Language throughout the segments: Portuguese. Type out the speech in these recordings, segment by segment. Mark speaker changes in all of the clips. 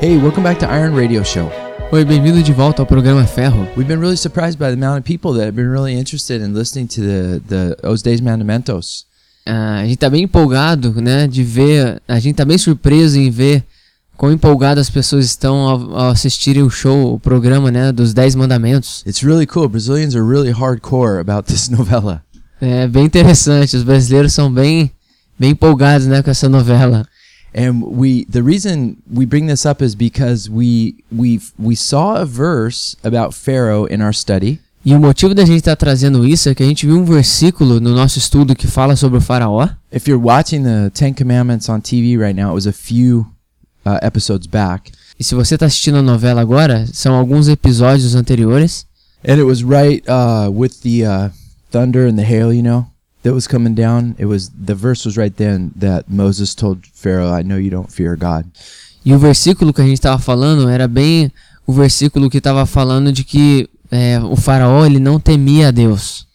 Speaker 1: Hey, welcome back to Iron Radio Show.
Speaker 2: Oi, bem-vindo de volta ao programa Ferro.
Speaker 1: We've been really surprised by the amount of people that have been really interested in listening to the the Os Dez Mandamentos.
Speaker 2: Ah, a gente tá bem empolgado, né, de ver, a gente tá bem surpreso em ver quão empolgado as pessoas estão ao, ao assistirem o show, o programa, né, dos Dez Mandamentos.
Speaker 1: It's really cool. Brazilians are really hardcore about this novella.
Speaker 2: É bem interessante, os brasileiros são bem, bem empolgados, né, com essa novela.
Speaker 1: And we the reason we bring this up is because we we we saw a verse about Pharaoh in our study
Speaker 2: E o motivo da gente estar trazendo isso é que a gente viu um versículo no nosso estudo que fala sobre o faraó.
Speaker 1: If you're watching the Ten Commandments on TV right now, it was a few uh, episodes back,
Speaker 2: E se você está assistindo a novela agora, são alguns episódios anteriores.
Speaker 1: and it was right uh, with the uh, thunder and the hail, you know, that was coming down. It was the verse was right then that Moses told Pharaoh, "I know you don't fear God."
Speaker 2: E o versículo que a gente estava falando era bem o versículo que estava falando de que é, o faraó ele não temia a Deus.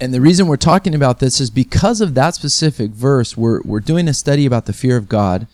Speaker 1: And the reason we're talking about this is because of that specific verse. We're we're doing a study about the fear of God,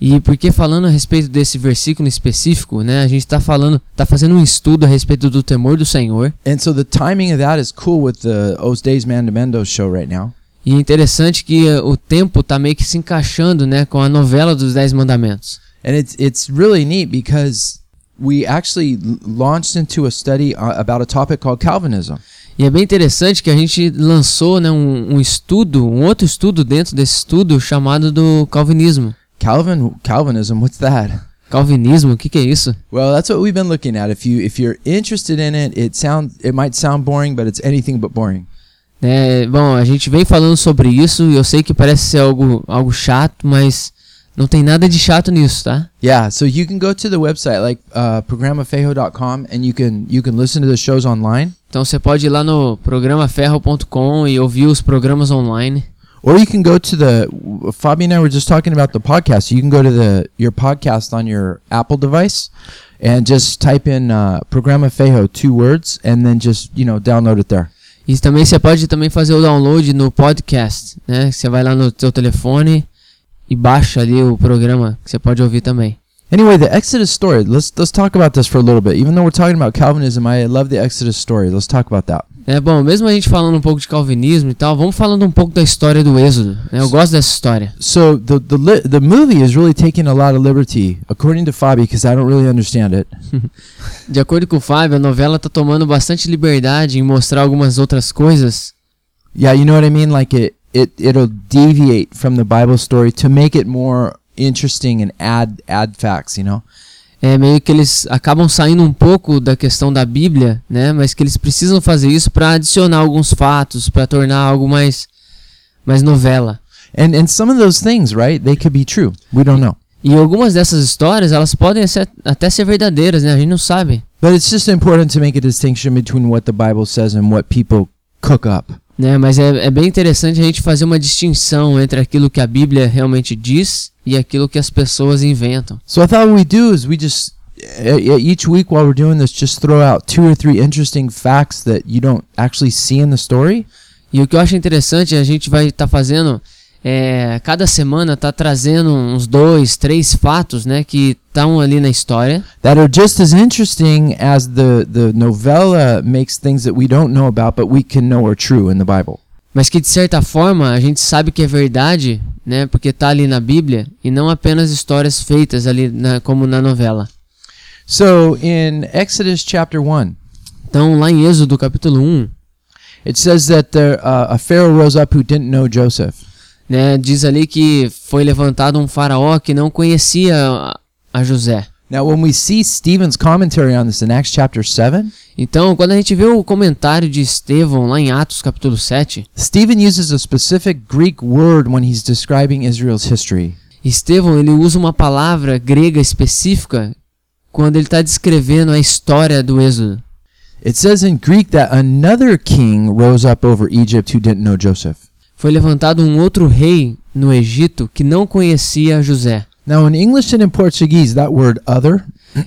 Speaker 2: E porque falando a respeito desse versículo em específico, né, a gente está falando, está fazendo um estudo a respeito do temor do Senhor.
Speaker 1: and so the timing of that is cool with the Os Days Mandamentos show right now.
Speaker 2: E é interessante que eh, o tempo tá meio que se encaixando, né, com a novela dos Dez Mandamentos.
Speaker 1: And it's it's really neat because we actually l- launched into a study uh, about a topic called Calvinism.
Speaker 2: E é bem interessante que a gente lançou, né, um, um estudo, um outro estudo dentro desse estudo chamado do calvinismo.
Speaker 1: Calvin Calvinism, what's that?
Speaker 2: Calvinismo, o que que é isso?
Speaker 1: Well, that's what we've been looking at. If you if you're interested in it, it sound it might sound boring, but it's anything but boring.
Speaker 2: É, bom, a gente vem falando sobre isso e eu sei que parece ser algo, algo chato, mas não tem nada de chato nisso, tá?
Speaker 1: Yeah, so you can go to the website like uh, programafejo.com and you can you can listen to the shows online,
Speaker 2: Então você pode ir lá no programaferro.com e ouvir os programas online.
Speaker 1: or you can go to the Fabi and I were just talking about the podcast. You can go to the your podcast on your Apple device and just type in uh, programafejo two words and then just you know download it there.
Speaker 2: E também você pode também fazer o download no podcast, né? Você vai lá no seu telefone e baixa ali o programa que você pode ouvir também.
Speaker 1: Anyway, the Exodus story. Let's let's talk about this for a little bit. Even though we're talking about Calvinism, I love the Exodus story. Let's talk about that.
Speaker 2: É bom, mesmo a gente falando um pouco de calvinismo e tal, vamos falando um pouco da história do Êxodo. né? Eu gosto dessa história.
Speaker 1: So the the li- the movie is really taking a lot of liberty, according to Fabi, because I don't really understand it.
Speaker 2: De acordo com o Fábio, a novela tá tomando bastante liberdade em mostrar algumas outras coisas
Speaker 1: Yeah, you know what I mean. Like it it it'll deviate from the Bible story to make it more interesting and add add facts. You know.
Speaker 2: é meio que eles acabam saindo um pouco da questão da Bíblia, né? Mas que eles precisam fazer isso para adicionar alguns fatos, para tornar algo mais mais novela.
Speaker 1: And and some of those things, right? They could be true. We don't know.
Speaker 2: E algumas dessas histórias, elas podem ser- até ser verdadeiras, né? A gente não sabe,
Speaker 1: But it's just important to make a distinction between what the Bible says and what people cook up.
Speaker 2: né? Mas é, é bem interessante a gente fazer uma distinção entre aquilo que a Bíblia realmente diz e aquilo que as pessoas inventam.
Speaker 1: So I thought what we do is we just e- e- each week while we're doing this, just throw out two or three interesting facts that you don't actually see in the story.
Speaker 2: E o que eu acho interessante, é a gente vai estar fazendo, é, cada semana tá trazendo uns dois, três fatos, né? Que estão ali na história.
Speaker 1: that are just as interesting as the, the novella makes things that we don't know about, but we can know are true in the Bible.
Speaker 2: mas que de certa forma a gente sabe que é verdade, né? Porque tá ali na Bíblia e não apenas histórias feitas ali na- como na novela.
Speaker 1: So in Exodus chapter 1,
Speaker 2: Então, lá em Êxodo capítulo 1,
Speaker 1: it says that there, uh, a Pharaoh rose up who didn't know Joseph.
Speaker 2: né, diz ali que foi levantado um faraó que não conhecia a- a José.
Speaker 1: Now, when we see Stephen's commentary on this in Acts chapter 7,
Speaker 2: Então, quando a gente vê o comentário de Estevão lá em Atos capítulo 7,
Speaker 1: Stephen uses a specific Greek word when he's describing Israel's history.
Speaker 2: Estevão ele usa uma palavra grega específica quando ele está descrevendo a história do Êxodo.
Speaker 1: It says in Greek that another king rose up over Egypt who didn't know Joseph.
Speaker 2: Foi levantado um outro rei no Egito que não conhecia José.
Speaker 1: Now, in English and in Portuguese, that word other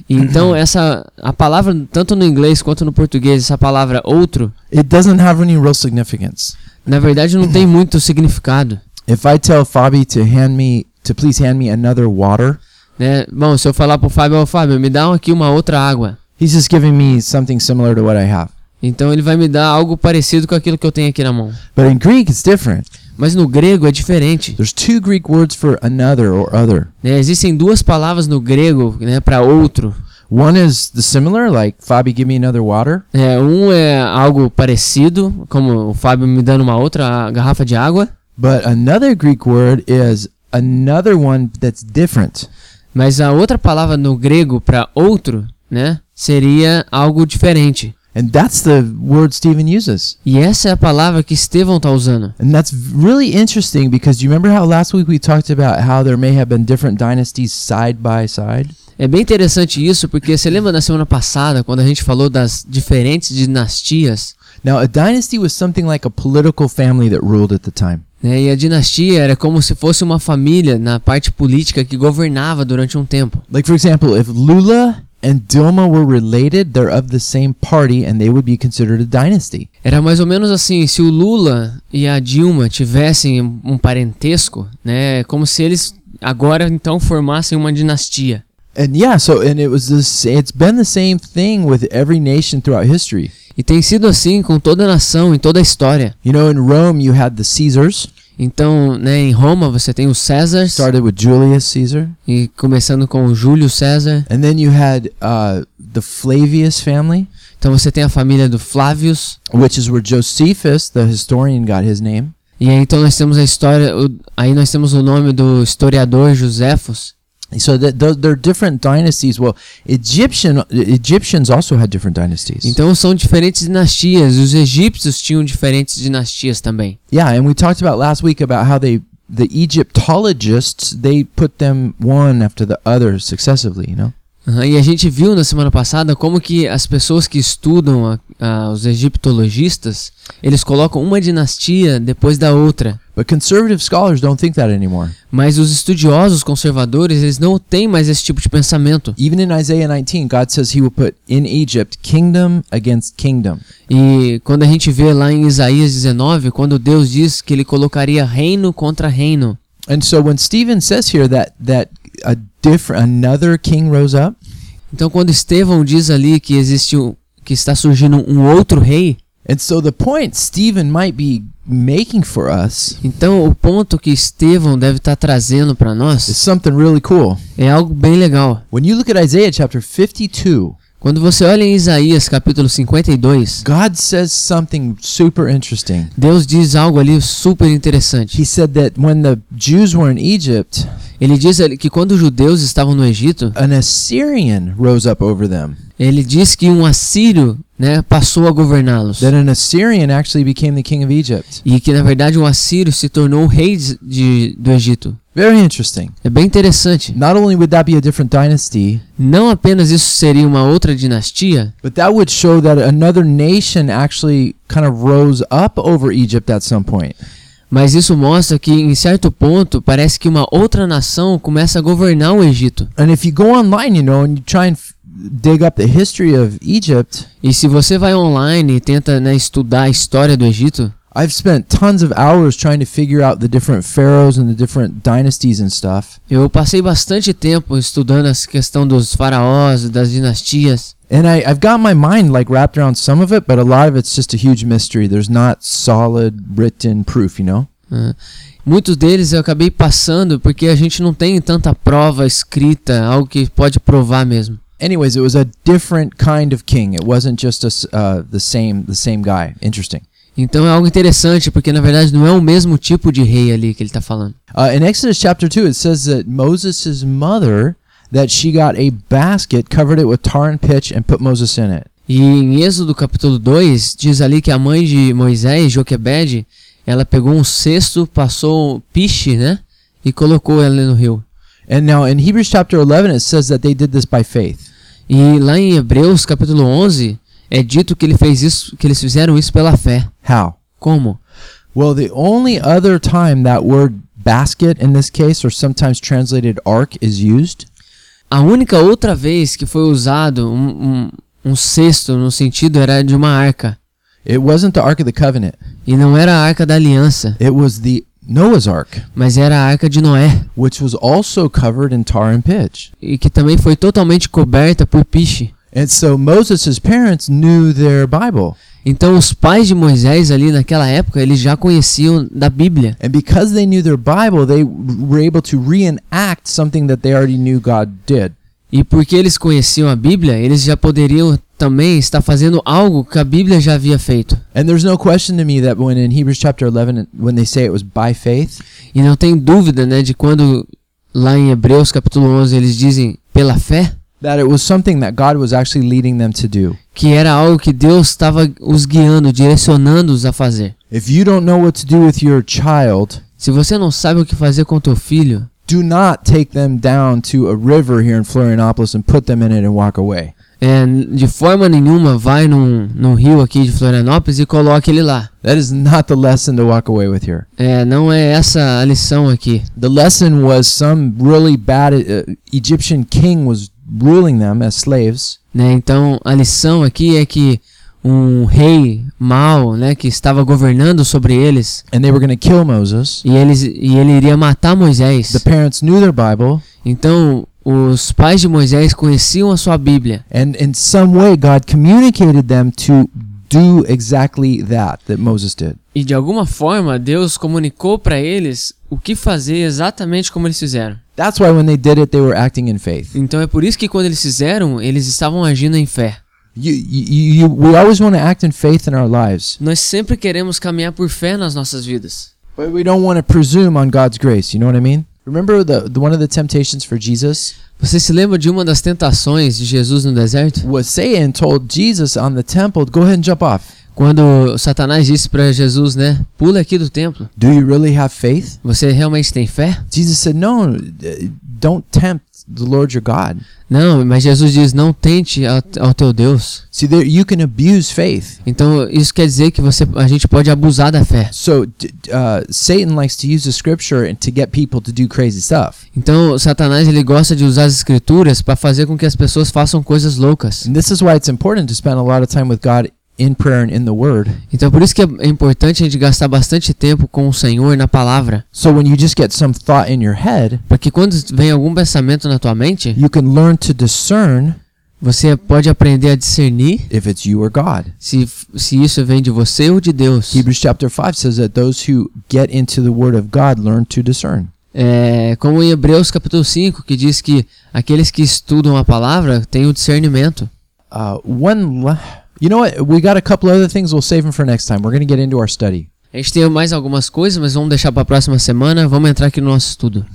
Speaker 2: E Então essa a palavra tanto no inglês quanto no português essa palavra outro
Speaker 1: it doesn't have any real significance.
Speaker 2: na verdade não tem muito significado.
Speaker 1: If I tell Fabi to hand me to please hand me another water,
Speaker 2: Né? Bom, se eu falar pro Fábio, ó, Fábio, me dá aqui uma outra água.
Speaker 1: He's just giving me something similar to what I have.
Speaker 2: Então ele vai me dar algo parecido com aquilo que eu tenho aqui na mão.
Speaker 1: But in Greek, it's different.
Speaker 2: Mas no grego é diferente.
Speaker 1: There's two Greek words for another or other.
Speaker 2: né? Existem duas palavras no grego né, para outro.
Speaker 1: One is the similar, like Fabi, give me another water.
Speaker 2: É, um é algo parecido, como o Fábio me dando uma outra garrafa de água.
Speaker 1: But another Greek word is another one that's different.
Speaker 2: Mas a outra palavra no grego para outro, né, seria algo diferente.
Speaker 1: And that's the word Stephen uses.
Speaker 2: E essa é a palavra que Estevão tá usando.
Speaker 1: And that's really interesting because you remember how last week we talked about how there may have been different dynasties side by side?
Speaker 2: É bem interessante isso, porque você lembra na semana passada, quando a gente falou das diferentes dinastias,
Speaker 1: Now, a dynasty was something like a political family that ruled at the time.
Speaker 2: né, e a dinastia era como se fosse uma família na parte política que governava durante um tempo.
Speaker 1: Like, for example, if Lula and Dilma were related, they're of the same party and they would be considered a dynasty.
Speaker 2: Era mais ou menos assim, se o Lula e a Dilma tivessem um parentesco, né, é como se eles agora então formassem uma dinastia.
Speaker 1: And yeah, so, and it was this, it's been the same thing with every nation throughout history.
Speaker 2: E tem sido assim com toda a nação, em toda a história.
Speaker 1: You know, in Rome, you had the Caesars,
Speaker 2: Então, né, em Roma você tem os Césares,
Speaker 1: started with Julius Caesar,
Speaker 2: e começando com o Júlio César.
Speaker 1: and then you had uh, the Flavius family.
Speaker 2: Então você tem a família do Flávios,
Speaker 1: which is where Josephus, the historian, got his name.
Speaker 2: e aí então nós temos a história, o- aí nós temos o nome do historiador Josefos.
Speaker 1: And so that th- there are different dynasties. Well, Egyptian Egyptians also had different dynasties.
Speaker 2: Então são diferentes dinastias, e os egípcios tinham diferentes dinastias também.
Speaker 1: yeah, and we talked about last week about how they the Egyptologists they put them one after the other successively. You know,
Speaker 2: Aham, E a gente viu na semana passada como que as pessoas que estudam a- a- os egiptologistas, eles colocam uma dinastia depois da outra.
Speaker 1: but conservative scholars don't think that anymore.
Speaker 2: Mas os estudiosos conservadores, eles não têm mais esse tipo de pensamento.
Speaker 1: Even in Isaiah 19, God says He will put in Egypt kingdom against kingdom.
Speaker 2: E quando a gente vê lá em Isaías 19, quando Deus diz que ele colocaria reino contra reino.
Speaker 1: And so when Stephen says here that that a different another king rose up,
Speaker 2: Então quando Estevão diz ali que existe um, que está surgindo um outro rei,
Speaker 1: And so the point Stephen might be making for us
Speaker 2: então o ponto que Estevão deve estar trazendo para
Speaker 1: is
Speaker 2: nós
Speaker 1: something really cool.
Speaker 2: é algo bem legal.
Speaker 1: When you look at Isaiah chapter 52,
Speaker 2: Quando você olha em Isaías capítulo 52,
Speaker 1: God says something super interesting.
Speaker 2: Deus diz algo ali super interessante.
Speaker 1: He said that when the Jews were in Egypt,
Speaker 2: Ele diz ali que quando os judeus estavam no Egito,
Speaker 1: an Assyrian rose up over them.
Speaker 2: ele diz que um assírio, né, passou a governá-los.
Speaker 1: That an Assyrian actually became the king of Egypt.
Speaker 2: E que na verdade um assírio se tornou o rei de, de- do Egito.
Speaker 1: Very interesting.
Speaker 2: É bem interessante.
Speaker 1: Not only would that be a different dynasty,
Speaker 2: Não apenas isso seria uma outra dinastia,
Speaker 1: but that would show that another nation actually kind of rose up over Egypt at some point.
Speaker 2: mas isso mostra que em certo ponto parece que uma outra nação começa a governar o Egito.
Speaker 1: And if you go online, you know, and you try and f- dig up the history of Egypt,
Speaker 2: E se você vai online e tenta né, estudar a história do Egito,
Speaker 1: I've spent tons of hours trying to figure out the different pharaohs and the different dynasties and stuff.
Speaker 2: eu passei bastante tempo estudando essa questão dos faraós, das dinastias.
Speaker 1: And I, I've got my mind like wrapped around some of it, but a lot of it's just a huge mystery. There's not solid written proof, you know?
Speaker 2: né? Muitos deles eu acabei passando porque a gente não tem tanta prova escrita, algo que pode provar mesmo.
Speaker 1: Anyways, it was a different kind of king. It wasn't just a s uh, the same the same guy. Interesting.
Speaker 2: Então é algo interessante, porque na verdade não é o mesmo tipo de rei ali que ele tá falando.
Speaker 1: Uh, in Exodus chapter 2, it says that Moses' mother, that she got a basket, covered it with tar and pitch, and put Moses in it.
Speaker 2: E em Êxodo capítulo 2, diz ali que a mãe de Moisés, Joquebede, ela pegou um cesto, passou piche, né? E colocou ela no rio.
Speaker 1: And now in Hebrews chapter 11, it says that they did this by faith.
Speaker 2: E lá em Hebreus capítulo 11, é dito que ele fez isso, que eles fizeram isso pela fé.
Speaker 1: How?
Speaker 2: Como?
Speaker 1: Well, the only other time that word basket in this case, or sometimes translated ark, is used
Speaker 2: A única outra vez que foi usado um, um, um cesto no sentido era de uma arca.
Speaker 1: it wasn't the Ark of the Covenant.
Speaker 2: E não era a arca da aliança.
Speaker 1: It was the Noah's Ark,
Speaker 2: mas era a Arca de Noé,
Speaker 1: which was also covered in tar and pitch.
Speaker 2: e que também foi totalmente coberta por piche.
Speaker 1: And so Moses' parents knew their Bible.
Speaker 2: Então os pais de Moisés ali naquela época, eles já conheciam da Bíblia.
Speaker 1: And because they knew their Bible, they were able to reenact something that they already knew God did.
Speaker 2: E porque eles conheciam a Bíblia, eles já poderiam também estar fazendo algo que a Bíblia já havia feito.
Speaker 1: And there's no question to me that when in Hebrews chapter 11, when they say it was by faith,
Speaker 2: E não tem dúvida, né, de quando lá em Hebreus capítulo 11 eles dizem pela fé,
Speaker 1: that it was something that God was actually leading them to do.
Speaker 2: que era algo que Deus estava os guiando, direcionando-os a fazer.
Speaker 1: If you don't know what to do with your child,
Speaker 2: Se você não sabe o que fazer com teu filho,
Speaker 1: do not take them down to a river here in Florianopolis and put them in it and walk away.
Speaker 2: é, de forma nenhuma vai num, num rio aqui de Florianópolis e coloque ele lá.
Speaker 1: That is not the lesson to walk away with here.
Speaker 2: É, não é essa a lição aqui.
Speaker 1: The lesson was some really bad uh, Egyptian king was ruling them as slaves,
Speaker 2: Né? Então a lição aqui é que um rei mau, né, que estava governando sobre eles,
Speaker 1: and they were going to kill Moses.
Speaker 2: e, eles, e ele iria matar Moisés.
Speaker 1: The parents knew their Bible,
Speaker 2: Então os pais de Moisés conheciam a sua Bíblia.
Speaker 1: and in some way, God communicated them to do exactly that that Moses did.
Speaker 2: E de alguma forma Deus comunicou para eles o que fazer exatamente como eles fizeram.
Speaker 1: That's why when they did it, they were acting in faith.
Speaker 2: Então é por isso que quando eles fizeram, eles estavam agindo em fé.
Speaker 1: You, you, you, we always want to act in faith in our lives,
Speaker 2: Nós sempre queremos caminhar por fé nas nossas vidas.
Speaker 1: but we don't want to presume on God's grace. You know what I mean? Remember the, the one of the temptations for Jesus
Speaker 2: Você se lembra de uma das tentações de Jesus no deserto?
Speaker 1: was Satan told Jesus on the temple, "Go ahead and jump off."
Speaker 2: Quando Satanás disse para Jesus, né, pula aqui do templo.
Speaker 1: Do you really have faith?
Speaker 2: Você realmente tem fé?
Speaker 1: Jesus said, "No, uh, don't tempt the Lord your God."
Speaker 2: Não, mas Jesus diz, não tente ao, ao teu Deus.
Speaker 1: See, there you can abuse faith.
Speaker 2: Então isso quer dizer que você, a gente pode abusar da fé.
Speaker 1: So d- d- uh, Satan likes to use the scripture and to get people to do crazy stuff.
Speaker 2: Então, Satanás ele gosta de usar as escrituras para fazer com que as pessoas façam coisas loucas.
Speaker 1: And this is why it's important to spend a lot of time with God in prayer and in the word.
Speaker 2: Então, por isso que é importante a gente gastar bastante tempo com o Senhor na palavra,
Speaker 1: So when you just get some thought in your head,
Speaker 2: para que quando vem algum pensamento na tua mente,
Speaker 1: you can learn to discern
Speaker 2: você pode aprender a discernir
Speaker 1: if it's you or God.
Speaker 2: se se isso vem de você ou de Deus.
Speaker 1: Hebrews chapter 5 says that those who get into the word of God learn to discern.
Speaker 2: É, como em Hebreus capítulo 5, que diz que aqueles que estudam a palavra têm o discernimento.
Speaker 1: Uh, one la- You know what? We got a couple other things we'll save them for next time. We're going to get into our study.
Speaker 2: A gente tem mais algumas coisas, mas vamos deixar para a próxima semana. Vamos entrar aqui no nosso estudo.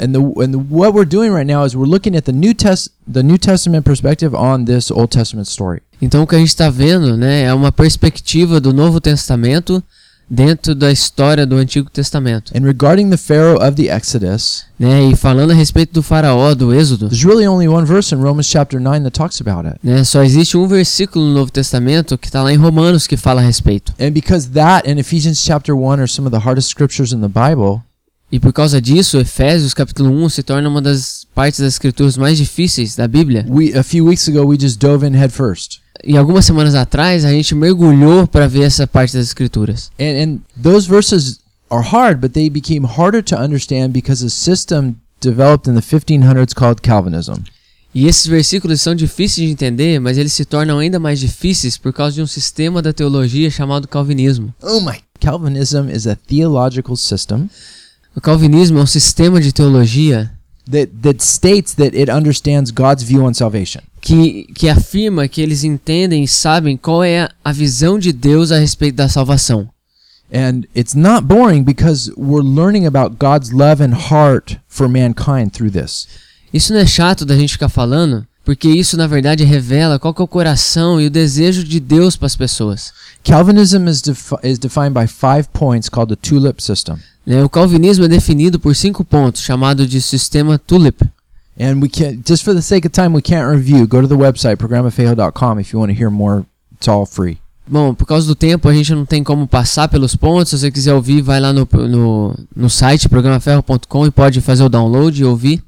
Speaker 1: And the and the, what we're doing right now is we're looking at the New Test the New Testament perspective on this Old Testament story.
Speaker 2: Então o que a gente está vendo né, é uma perspectiva do Novo Testamento dentro da história do Antigo Testamento.
Speaker 1: And regarding the Pharaoh of the Exodus,
Speaker 2: Né? E falando a respeito do faraó, do Êxodo,
Speaker 1: there's really only one verse in Romans chapter 9 that talks about it.
Speaker 2: né, só existe um versículo no Novo Testamento que está lá em Romanos que fala a respeito.
Speaker 1: And because that and Ephesians chapter 1 are some of the hardest scriptures in the Bible,
Speaker 2: E por causa disso, Efésios capítulo 1 se torna uma das partes das escrituras mais difíceis da Bíblia.
Speaker 1: we a few weeks ago we just dove in headfirst.
Speaker 2: E algumas semanas atrás a gente mergulhou para ver essa parte das escrituras.
Speaker 1: And and those verses are hard, but they became harder to understand because a system developed in the 1500s called Calvinism.
Speaker 2: E esses versículos são difíceis de entender, mas eles se tornam ainda mais difíceis por causa de um sistema da teologia chamado calvinismo.
Speaker 1: Oh my. Calvinism is a theological system
Speaker 2: O calvinismo é um sistema de teologia
Speaker 1: that that states that it understands God's view on salvation.
Speaker 2: que, que afirma que eles entendem e sabem qual é a visão de Deus a respeito da salvação.
Speaker 1: And it's not boring because we're learning about God's love and heart for mankind through this.
Speaker 2: Isso não é chato da gente ficar falando, porque isso na verdade revela qual que é o coração e o desejo de Deus para as pessoas.
Speaker 1: Calvinism is, defi- is defined by five points called the tulip system.
Speaker 2: né? O calvinismo é definido por cinco pontos, chamado de sistema TULIP.
Speaker 1: And we can just for the sake of time, we can't review. Go to the website, programafejo.com, if you want to hear more. It's all free.
Speaker 2: Bom, por causa do tempo a gente não tem como passar pelos pontos. Se você quiser ouvir, vai lá no, no, no site programaferro.com e pode fazer o download e ouvir.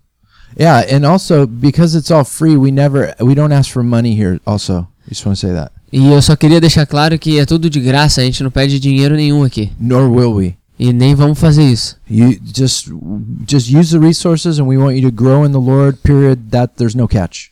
Speaker 1: Yeah, and also because it's all free, we never we don't ask for money here. Also, I just want to say that.
Speaker 2: E eu só queria deixar claro que é tudo de graça, a gente não pede dinheiro nenhum aqui.
Speaker 1: Nor will we.
Speaker 2: E nem vamos fazer isso.
Speaker 1: You just just use the resources, and we want you to grow in the Lord. Period. That there's no catch.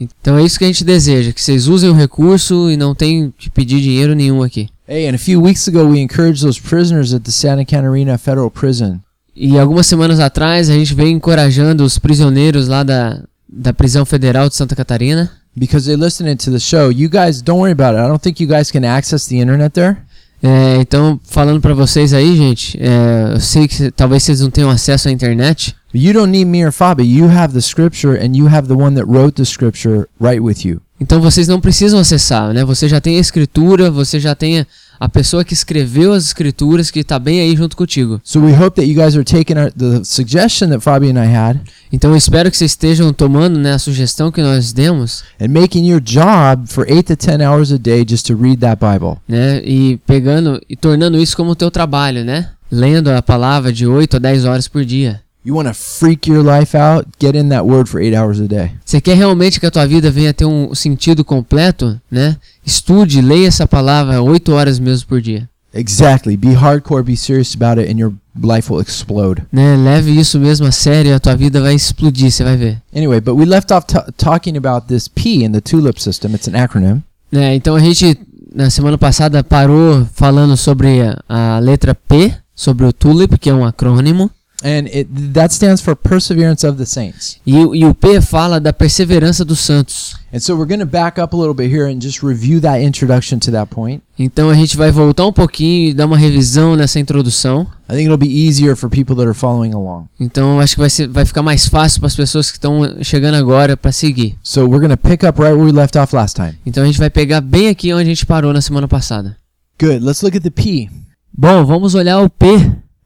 Speaker 2: Então é isso que a gente deseja, que vocês usem o recurso e não tem que pedir dinheiro nenhum aqui.
Speaker 1: Hey, and a few weeks ago, we encouraged those prisoners at the Santa Catarina Federal Prison.
Speaker 2: E algumas semanas atrás a gente vem encorajando os prisioneiros lá da, da prisão federal de Santa Catarina,
Speaker 1: Because they listening to the show, you guys don't worry about it. I don't think you guys can access the internet there.
Speaker 2: É, então, falando pra vocês aí, gente, é, eu sei que cê- talvez vocês não tenham acesso à internet,
Speaker 1: But you don't need me or Fabi. You have the scripture, and you have the one that wrote the scripture right with you.
Speaker 2: então vocês não precisam acessar, né? Você já tem a escritura, você já tem a- a pessoa que escreveu as escrituras que tá bem aí junto contigo.
Speaker 1: So we hope that you guys are taking our, the suggestion that Fabi and I had
Speaker 2: Então, eu espero que vocês estejam tomando né, a sugestão que nós demos,
Speaker 1: and making your job for eight to ten hours a day just to read that Bible.
Speaker 2: né? E pegando e tornando isso como o teu trabalho, né? Lendo a palavra de 8 a 10 horas por dia.
Speaker 1: You want to freak your life out? Get in that word for eight hours a day.
Speaker 2: Você quer realmente que a tua vida venha a ter um sentido completo, né? Estude, leia essa palavra 8 horas mesmo por dia.
Speaker 1: Exactly. Be hardcore, be serious about it, and your life will explode.
Speaker 2: né? Leve isso mesmo a sério, a tua vida vai explodir, você vai ver.
Speaker 1: Anyway, but we left off t- talking about this P in the tulip system. It's an acronym.
Speaker 2: Né? Então a gente na semana passada parou falando sobre a, a letra P, sobre o TULIP, que é um acrônimo,
Speaker 1: And it, that stands for Perseverance of the Saints.
Speaker 2: e, o- e o P fala da perseverança dos santos.
Speaker 1: And so we're going to back up a little bit here and just review that introduction to that point.
Speaker 2: Então a gente vai voltar um pouquinho e dar uma revisão nessa introdução.
Speaker 1: I think it'll be easier for people that are following along.
Speaker 2: Então eu acho que vai, ser, vai ficar mais fácil para as pessoas que estão chegando agora para seguir.
Speaker 1: So we're going to pick up right where we left off last time.
Speaker 2: Então a gente vai pegar bem aqui onde a gente parou na semana passada.
Speaker 1: Good. Let's look at the P,
Speaker 2: Bom, vamos olhar o P,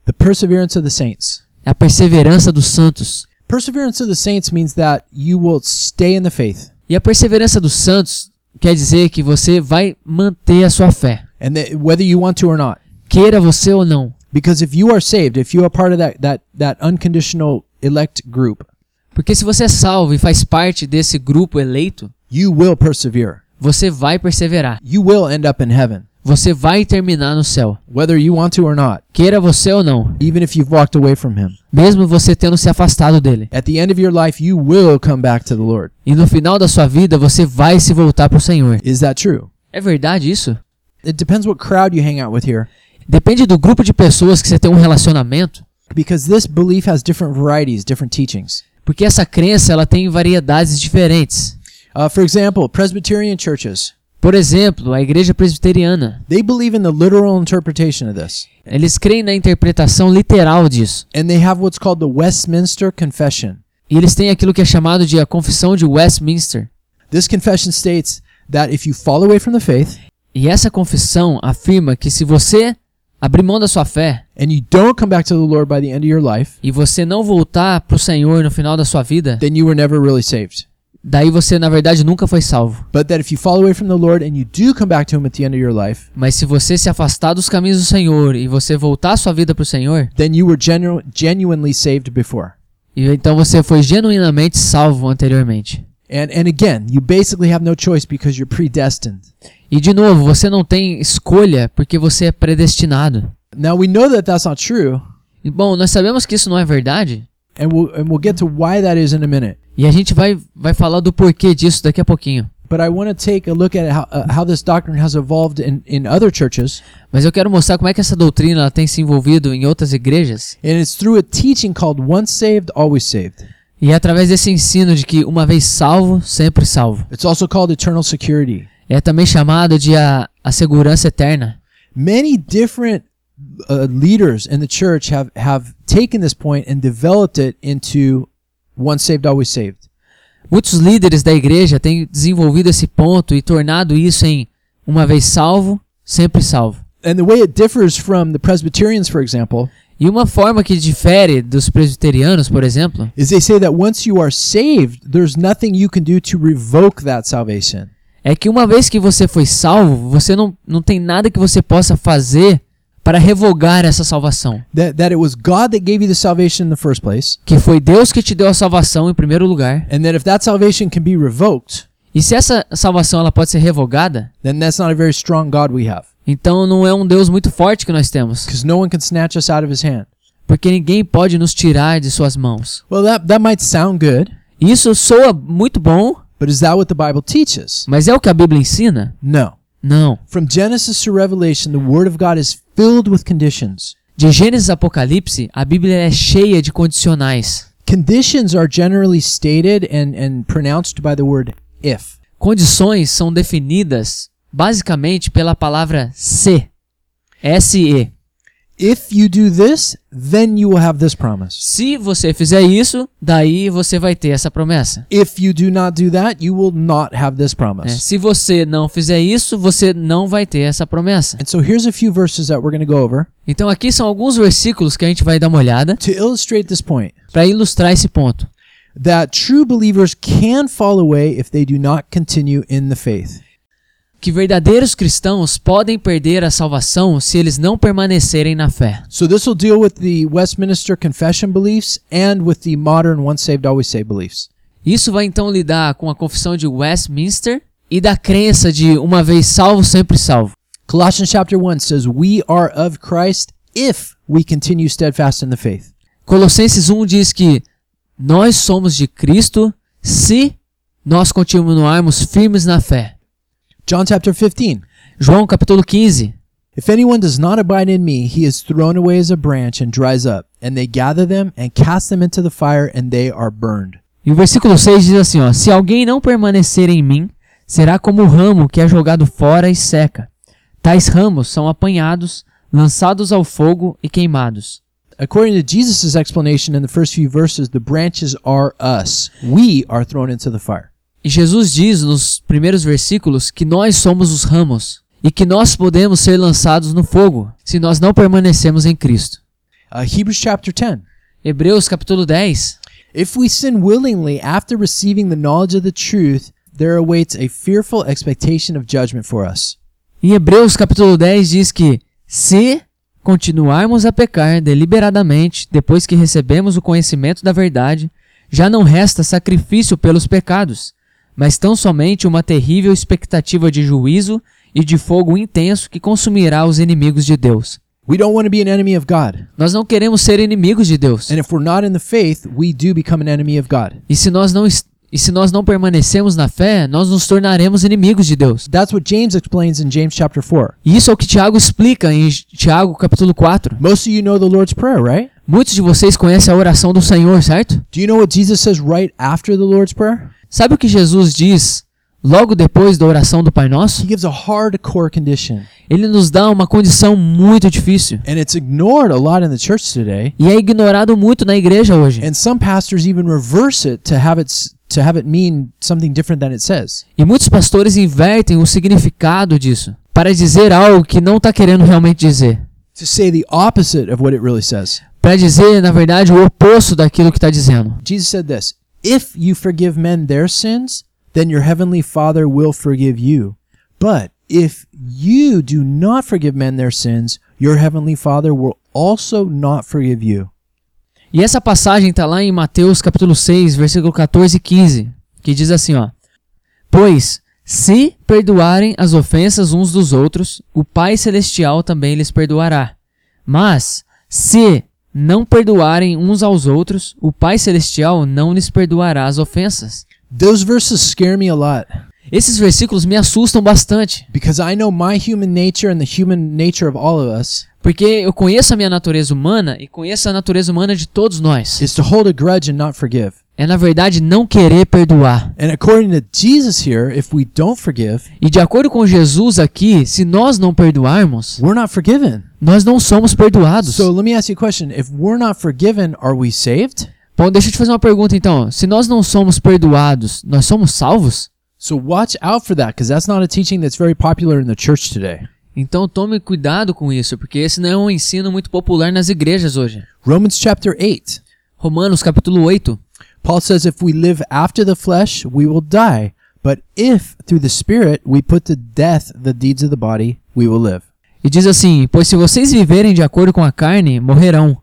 Speaker 1: the perseverance of the saints.
Speaker 2: a perseverança dos santos.
Speaker 1: Perseverance of the saints means that you will stay in the faith.
Speaker 2: E a perseverança dos santos quer dizer que você vai manter a sua fé,
Speaker 1: And that whether you want to or not,
Speaker 2: queira você ou não.
Speaker 1: Because if you are saved, if you are part of that that that unconditional elect group,
Speaker 2: Porque se você é salvo e faz parte desse grupo eleito,
Speaker 1: you will persevere.
Speaker 2: você vai perseverar.
Speaker 1: You will end up in heaven,
Speaker 2: Você vai terminar no céu,
Speaker 1: whether you want to or not,
Speaker 2: queira você ou não,
Speaker 1: even if you've walked away from him.
Speaker 2: mesmo você tendo se afastado dele.
Speaker 1: At the end of your life, you will come back to the Lord.
Speaker 2: E no final da sua vida você vai se voltar para o Senhor.
Speaker 1: Is that true?
Speaker 2: É verdade isso?
Speaker 1: It depends what crowd you hang out with here
Speaker 2: Depende do grupo de pessoas que você tem um relacionamento,
Speaker 1: because this belief has different varieties, different teachings.
Speaker 2: porque essa crença ela tem variedades diferentes.
Speaker 1: Uh, for example, Presbyterian churches,
Speaker 2: Por exemplo, a igreja presbiteriana,
Speaker 1: they believe in the literal interpretation of this.
Speaker 2: Eles creem na interpretação literal disso.
Speaker 1: And they have what's called the Westminster Confession.
Speaker 2: E eles têm aquilo que é chamado de a Confissão de Westminster.
Speaker 1: This confession states that if you fall away from the faith,
Speaker 2: E essa confissão afirma que se você abrir mão da sua fé
Speaker 1: and you don't come back to the Lord by the end of your life,
Speaker 2: e você não voltar pro Senhor no final da sua vida,
Speaker 1: then you were never really saved.
Speaker 2: daí você na verdade nunca foi salvo.
Speaker 1: But that if you fall away from the Lord and you do come back to Him at the end of your life,
Speaker 2: Mas se você se afastar dos caminhos do Senhor e você voltar sua vida pro Senhor,
Speaker 1: then you were genu- genuinely saved before.
Speaker 2: e então você foi genuinamente salvo anteriormente.
Speaker 1: And, and again, you basically have no choice because you're predestined.
Speaker 2: E de novo, você não tem escolha porque você é predestinado.
Speaker 1: Now, we know that that's not true,
Speaker 2: E bom, nós sabemos que isso não é verdade,
Speaker 1: and we'll, and we'll get to why that is in a minute.
Speaker 2: E a gente vai, vai falar do porquê disso daqui a pouquinho.
Speaker 1: But I want to take a look at how, uh, how this doctrine has evolved in, in other churches.
Speaker 2: Mas eu quero mostrar como é que essa doutrina ela tem se envolvido em outras igrejas.
Speaker 1: And it's through a teaching called once saved, always saved.
Speaker 2: E é através desse ensino de que uma vez salvo, sempre salvo.
Speaker 1: It's also called eternal security.
Speaker 2: É também chamado de a, a segurança eterna.
Speaker 1: many different uh, leaders in the church have have taken this point and developed it into once saved always saved
Speaker 2: Muitos líderes da igreja têm desenvolvido esse ponto e tornado isso em uma vez salvo, sempre salvo.
Speaker 1: and the way it differs from the presbyterians for example
Speaker 2: E uma forma que difere dos presbiterianos, por exemplo,
Speaker 1: is they say that once you are saved there's nothing you can do to revoke that salvation
Speaker 2: é que uma vez que você foi salvo, você não, não tem nada que você possa fazer para revogar essa salvação.
Speaker 1: that that it was god that gave you the salvation in the first place
Speaker 2: que foi Deus que te deu a salvação em primeiro lugar.
Speaker 1: and that if that salvation can be revoked
Speaker 2: E se essa salvação ela pode ser revogada,
Speaker 1: then that's not a very strong god we have
Speaker 2: Então não é um Deus muito forte que nós temos,
Speaker 1: because no one can snatch us out of his hand.
Speaker 2: porque ninguém pode nos tirar de suas mãos.
Speaker 1: Well, that, that might sound good,
Speaker 2: Isso soa muito bom,
Speaker 1: but is that what the Bible teaches?
Speaker 2: mas é o que a Bíblia ensina?
Speaker 1: No.
Speaker 2: Não.
Speaker 1: From Genesis to Revelation, the Word of God is filled with conditions.
Speaker 2: De Gênesis a Apocalipse, a Bíblia é cheia de condicionais.
Speaker 1: Conditions are generally stated and, and pronounced by the word if.
Speaker 2: Condições são definidas basicamente pela palavra se. S-E.
Speaker 1: If you do this, then you will have this promise.
Speaker 2: Se você fizer isso, daí você vai ter essa promessa.
Speaker 1: If you do not do that, you will not have this
Speaker 2: né?
Speaker 1: promise.
Speaker 2: Se você não fizer isso, você não vai ter essa promessa.
Speaker 1: And so here's a few verses that we're going to go over
Speaker 2: Então aqui são alguns versículos que a gente vai dar uma olhada
Speaker 1: to illustrate this point
Speaker 2: para ilustrar esse ponto.
Speaker 1: that true believers can fall away if they do not continue in the faith.
Speaker 2: Que verdadeiros cristãos podem perder a salvação se eles não permanecerem na fé.
Speaker 1: So this will deal with the Westminster Confession beliefs and with the modern once saved always saved beliefs.
Speaker 2: Isso vai então lidar com a confissão de Westminster e da crença de uma vez salvo, sempre salvo.
Speaker 1: Colossians chapter 1 says, "We are of Christ if we continue steadfast in the faith."
Speaker 2: Colossenses 1 diz que nós somos de Cristo se nós continuarmos firmes na fé.
Speaker 1: John chapter 15,
Speaker 2: João capítulo 15.
Speaker 1: If anyone does not abide in me, he is thrown away as a branch and dries up, and they gather them and cast them into the fire, and they are burned.
Speaker 2: E o versículo 6 diz assim, ó: Se alguém não permanecer em mim, será como o ramo que é jogado fora e seca. Tais ramos são apanhados, lançados ao fogo e queimados.
Speaker 1: According to Jesus' explanation in the first few verses, the branches are us. We are thrown into the fire.
Speaker 2: E Jesus diz nos primeiros versículos que nós somos os ramos e que nós podemos ser lançados no fogo se nós não permanecemos em Cristo.
Speaker 1: Uh, Hebrews chapter 10.
Speaker 2: Hebreus capítulo 10.
Speaker 1: If we sin willingly after receiving the knowledge of the truth, there awaits a fearful expectation of judgment for us.
Speaker 2: Em Hebreus capítulo 10 diz que se continuarmos a pecar deliberadamente depois que recebemos o conhecimento da verdade, já não resta sacrifício pelos pecados, mas tão somente uma terrível expectativa de juízo e de fogo intenso que consumirá os inimigos de Deus.
Speaker 1: We don't want to be an enemy of God.
Speaker 2: Nós não queremos ser inimigos de Deus.
Speaker 1: And if we're not in the faith, we do become an enemy of God.
Speaker 2: E se nós não es- e se nós não permanecemos na fé, nós nos tornaremos inimigos de Deus.
Speaker 1: That's what James explains in James chapter 4.
Speaker 2: E isso é o que Tiago explica em Tiago capítulo 4.
Speaker 1: Most of you know the Lord's Prayer, right?
Speaker 2: Muitos de vocês conhecem a oração do Senhor, certo?
Speaker 1: Do you know what Jesus says right after the Lord's Prayer?
Speaker 2: Sabe o que Jesus diz logo depois da oração do Pai
Speaker 1: He
Speaker 2: Nosso?
Speaker 1: gives a hardcore condition,
Speaker 2: Ele nos dá uma condição muito difícil
Speaker 1: and it's ignored a lot in the church today.
Speaker 2: e é ignorado muito na igreja hoje.
Speaker 1: And some pastors even reverse it to have it s- to have it mean something different than it says.
Speaker 2: E muitos pastores invertem o significado disso para dizer algo que não está querendo realmente dizer.
Speaker 1: To say the opposite of what it really says.
Speaker 2: Para dizer, na verdade, o oposto daquilo que está dizendo.
Speaker 1: Jesus said this, "If you forgive men their sins, then your heavenly Father will forgive you. But if you do not forgive men their sins, your heavenly Father will also not forgive you."
Speaker 2: E essa passagem está lá em Mateus capítulo 6, versículo 14 e 15, que diz assim, ó: Pois se perdoarem as ofensas uns dos outros, o Pai celestial também lhes perdoará. Mas se não perdoarem uns aos outros, o Pai celestial não lhes perdoará as ofensas.
Speaker 1: Those verses scare me a lot
Speaker 2: Esses versículos me assustam bastante,
Speaker 1: because I know my human nature and the human nature of all of us
Speaker 2: porque eu conheço a minha natureza humana e conheço a natureza humana de todos nós.
Speaker 1: is to hold a grudge and not forgive.
Speaker 2: É na verdade não querer perdoar.
Speaker 1: And according to Jesus here, if we don't forgive,
Speaker 2: E de acordo com Jesus aqui, se nós não perdoarmos,
Speaker 1: we're not forgiven.
Speaker 2: nós não somos perdoados.
Speaker 1: So let me ask you a question. If we're not forgiven, are we saved?
Speaker 2: Bom, deixa eu te fazer uma pergunta então. Se nós não somos perdoados, nós somos salvos?
Speaker 1: So watch out for that because that's not a teaching that's very popular in the church today.
Speaker 2: Então tome cuidado com isso, porque esse não é um ensino muito popular nas igrejas hoje.
Speaker 1: Romans chapter 8.
Speaker 2: Romanos capítulo 8.
Speaker 1: Paul says, If we live after the flesh, we will die. But if through the Spirit we put to death the deeds of the body, we will live.
Speaker 2: E diz assim: Pois se vocês viverem de acordo com a carne, morrerão.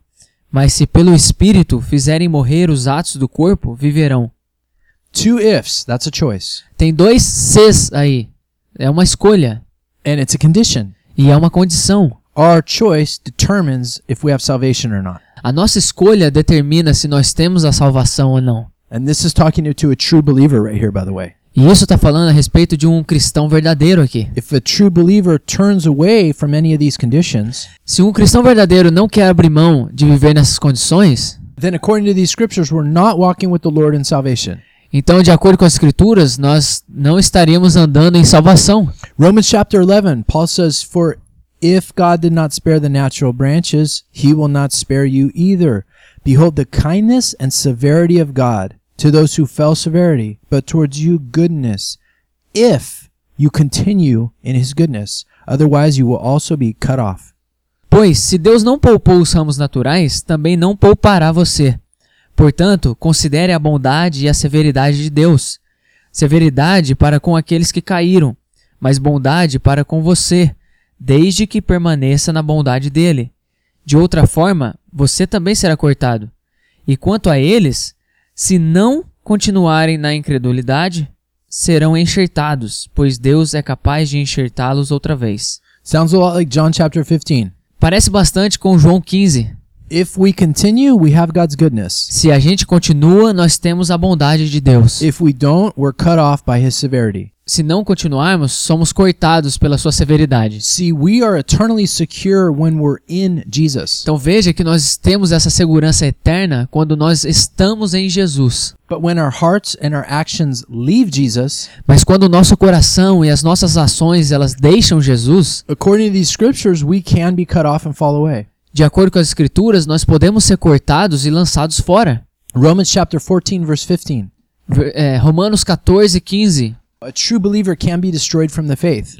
Speaker 2: Mas se pelo Espírito fizerem morrer os atos do corpo, viverão.
Speaker 1: Two ifs. That's a choice.
Speaker 2: Tem dois Cs aí. É uma escolha.
Speaker 1: And it's a condition.
Speaker 2: E é uma condição.
Speaker 1: Our choice determines if we have salvation or not.
Speaker 2: A nossa escolha determina se nós temos a salvação ou não.
Speaker 1: And this is talking to a true believer right here, by the way.
Speaker 2: E isso está falando a respeito de um cristão verdadeiro aqui.
Speaker 1: If a true believer turns away from any of these conditions,
Speaker 2: Se um cristão verdadeiro não quer abrir mão de viver nessas condições,
Speaker 1: then according to these scriptures, we're not walking with the Lord in salvation.
Speaker 2: então, de acordo com as Escrituras, nós não estaríamos andando em salvação.
Speaker 1: Romans chapter 11, Paul says, For if God did not spare the natural branches, he will not spare you either. Behold the kindness and severity of God to those who fell severity, but towards you goodness, if you continue in his goodness. Otherwise, you will also be cut off.
Speaker 2: Pois, se Deus não poupou os ramos naturais, também não poupará você. Portanto, considere a bondade e a severidade de Deus. Severidade para com aqueles que caíram, mas bondade para com você, desde que permaneça na bondade dele. De outra forma, você também será cortado. E quanto a eles, se não continuarem na incredulidade, serão enxertados, pois Deus é capaz de enxertá-los outra vez.
Speaker 1: Sounds a lot like John chapter 15.
Speaker 2: Parece bastante com João 15,
Speaker 1: If we continue, we have God's goodness.
Speaker 2: Se a gente continua, nós temos a bondade de Deus.
Speaker 1: If we don't, we're cut off by his severity.
Speaker 2: Se não continuarmos, somos cortados pela sua severidade.
Speaker 1: See, we are eternally secure when we're in Jesus.
Speaker 2: Então veja que nós temos essa segurança eterna quando nós estamos em Jesus.
Speaker 1: But when our hearts and our actions leave Jesus,
Speaker 2: Mas quando o nosso coração e as nossas ações elas deixam Jesus,
Speaker 1: according to these scriptures, we can be cut off and fall away.
Speaker 2: de acordo com as escrituras, nós podemos ser cortados e lançados fora.
Speaker 1: Romans chapter 14, verse 15.
Speaker 2: Ver- é, Romanos 14, 15.
Speaker 1: A true believer can be destroyed from the faith.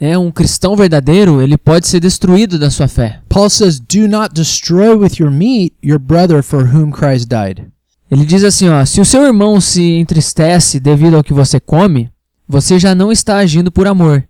Speaker 2: É um cristão verdadeiro, ele pode ser destruído da sua fé.
Speaker 1: Paul says, Do not destroy with your meat your brother for whom Christ died.
Speaker 2: Ele diz assim, ó, se o seu irmão se entristece devido ao que você come, você já não está agindo por amor.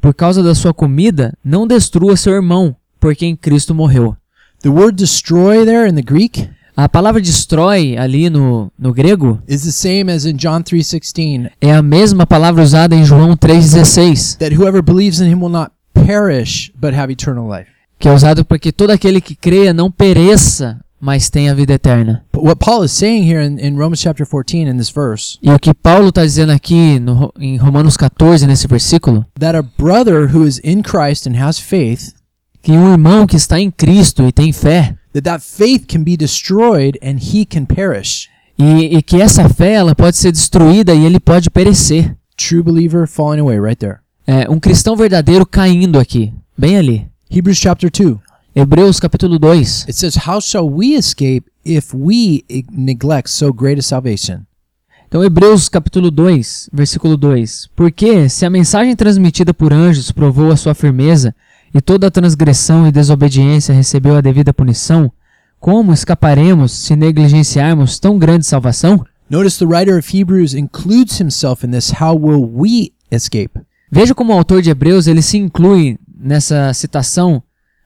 Speaker 2: Por causa da sua comida, não destrua seu irmão, por quem Cristo morreu.
Speaker 1: The word destroy there in the Greek
Speaker 2: A palavra destrói ali no, no grego
Speaker 1: is the same as in John 3:16,
Speaker 2: é a mesma palavra usada em João 3,16,
Speaker 1: that whoever believes in him will not perish but have eternal life.
Speaker 2: que é usado para que todo aquele que creia não pereça, mas tenha vida eterna.
Speaker 1: But what Paul is saying here in, in Romans chapter 14 in this verse
Speaker 2: E o que Paulo está dizendo aqui no Ro- em Romanos 14, nesse versículo,
Speaker 1: that a brother who is in Christ and has faith,
Speaker 2: que um irmão que está em Cristo e tem fé,
Speaker 1: that that faith can be destroyed and he can perish.
Speaker 2: E, e que essa fé ela pode ser destruída e ele pode perecer.
Speaker 1: True believer falling away right there.
Speaker 2: É, um cristão verdadeiro caindo aqui, bem ali.
Speaker 1: Hebrews chapter 2.
Speaker 2: Hebreus capítulo 2.
Speaker 1: It says, "How shall we escape if we ig- neglect so great a salvation?"
Speaker 2: Então, Hebreus capítulo 2, versículo 2. Porque se a mensagem transmitida por anjos provou a sua firmeza, e toda a transgressão e desobediência recebeu a devida punição, como escaparemos se negligenciarmos tão grande salvação?
Speaker 1: Notice the writer of Hebrews includes himself in this, "How will we escape?"
Speaker 2: Veja como o autor de Hebreus ele se inclui nessa citação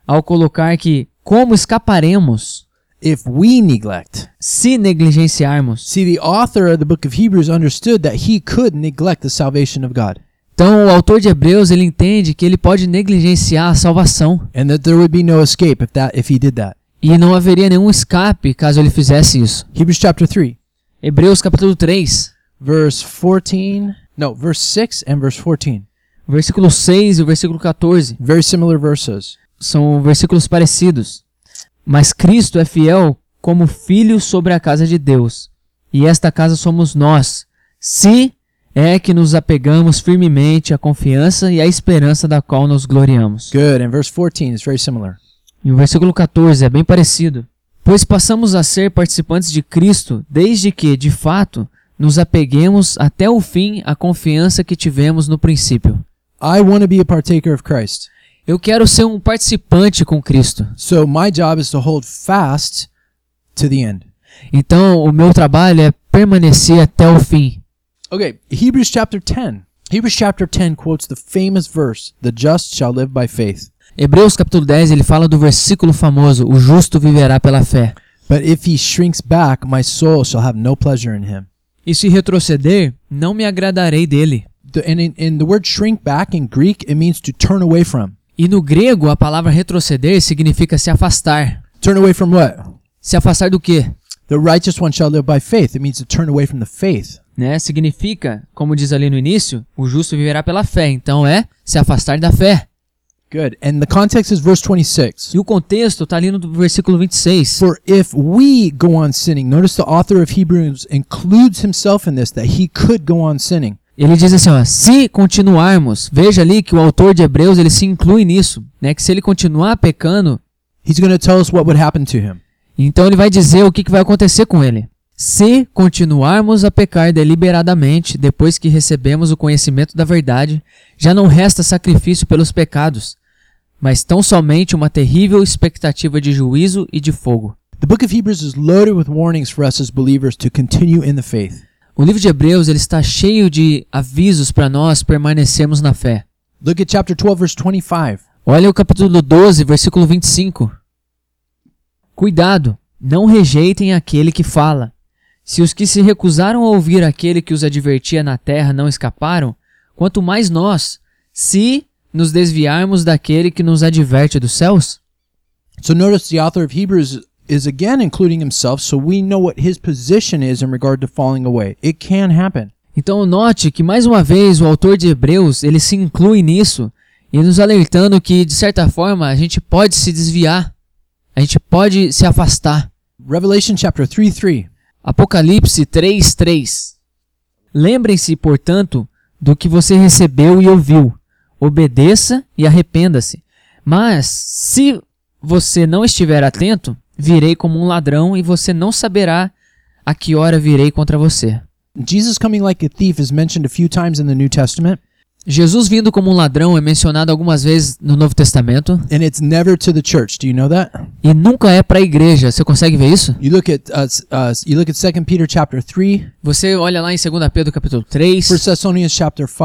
Speaker 2: ao colocar que como escaparemos
Speaker 1: If we neglect.
Speaker 2: se negligenciarmos.
Speaker 1: See, the author of the book of Hebrews understood that he could neglect the salvation of God
Speaker 2: Então, o autor de Hebreus ele entende que ele pode negligenciar a salvação
Speaker 1: and that there would be no escape if that if he did that.
Speaker 2: e não haveria nenhum escape caso ele fizesse isso.
Speaker 1: Hebrews chapter 3,
Speaker 2: Hebreus capítulo 3,
Speaker 1: verse 14, no, verse 6 and verse 14.
Speaker 2: versículo 6 e o versículo 14
Speaker 1: Very similar verses.
Speaker 2: são versículos parecidos. Mas Cristo é fiel como filho sobre a casa de Deus, e esta casa somos nós, se é que nos apegamos firmemente à confiança e à esperança da qual nos gloriamos.
Speaker 1: Good. And verse 14 is very similar.
Speaker 2: E o versículo 14 é bem parecido. Pois passamos a ser participantes de Cristo, desde que, de fato, nos apeguemos até o fim à confiança que tivemos no princípio.
Speaker 1: I want to be a partaker of Christ.
Speaker 2: Eu quero ser um participante com Cristo.
Speaker 1: So my job is to hold fast to the end.
Speaker 2: Então, o meu trabalho é permanecer até o fim.
Speaker 1: Okay, Hebrews chapter 10. Hebrews chapter 10 quotes the famous verse, "The just shall live by faith."
Speaker 2: Hebreus capítulo 10, ele fala do versículo famoso: "O justo viverá pela fé".
Speaker 1: But if he shrinks back, my soul shall have no pleasure in him.
Speaker 2: E se retroceder, não me agradarei dele.
Speaker 1: The, and in, in the word shrink back in Greek, it means to turn away from.
Speaker 2: E no grego, a palavra retroceder significa se afastar.
Speaker 1: Turn away from what?
Speaker 2: Se afastar do quê?
Speaker 1: The righteous one shall live by faith. It means to turn away from the faith.
Speaker 2: Né? Significa, como diz ali no início, o justo viverá pela fé. Então é se afastar da fé.
Speaker 1: Good. And the context is verse 26.
Speaker 2: E o contexto está ali no versículo 26.
Speaker 1: For if we go on sinning, notice the author of Hebrews includes himself in this, that he could go on sinning.
Speaker 2: Ele diz assim, ó, se continuarmos, veja ali que o autor de Hebreus ele se inclui nisso, né? Que se ele continuar pecando,
Speaker 1: He's going to tell us what would happen to him.
Speaker 2: então ele vai dizer o que, que vai acontecer com ele. Se continuarmos a pecar deliberadamente depois que recebemos o conhecimento da verdade, já não resta sacrifício pelos pecados, mas tão somente uma terrível expectativa de juízo e de fogo.
Speaker 1: The book of Hebrews is loaded with warnings for us as believers to continue in the faith.
Speaker 2: O livro de Hebreus ele está cheio de avisos para nós permanecermos na fé.
Speaker 1: Look at chapter 12, verse 25.
Speaker 2: Olha o capítulo 12, versículo 25. Cuidado, não rejeitem aquele que fala. Se os que se recusaram a ouvir aquele que os advertia na terra não escaparam, quanto mais nós, se nos desviarmos daquele que nos adverte dos céus?
Speaker 1: So notice the author of Hebrews is again including himself, so we know what his position is in regard to falling away. It can happen.
Speaker 2: Então note que mais uma vez o autor de Hebreus, ele se inclui nisso e nos alertando que de certa forma a gente pode se desviar, a gente pode se afastar.
Speaker 1: Revelation chapter 3, 3.
Speaker 2: Apocalipse 3:3. Lembrem-se, portanto, do que você recebeu e ouviu. Obedeça e arrependa-se. Mas se você não estiver atento, virei como um ladrão e você não saberá a que hora virei contra você.
Speaker 1: Jesus coming like a thief is mentioned a few times in the New Testament,
Speaker 2: Jesus vindo como um ladrão é mencionado algumas vezes no Novo Testamento
Speaker 1: and it's never to the church. Do you know that?
Speaker 2: e nunca é para a igreja. Você consegue ver isso?
Speaker 1: You look at uh, uh, you look at 2 Peter chapter 3,
Speaker 2: Você olha lá em 2 Pedro capítulo 3,
Speaker 1: 1 Thessalonians chapter 5,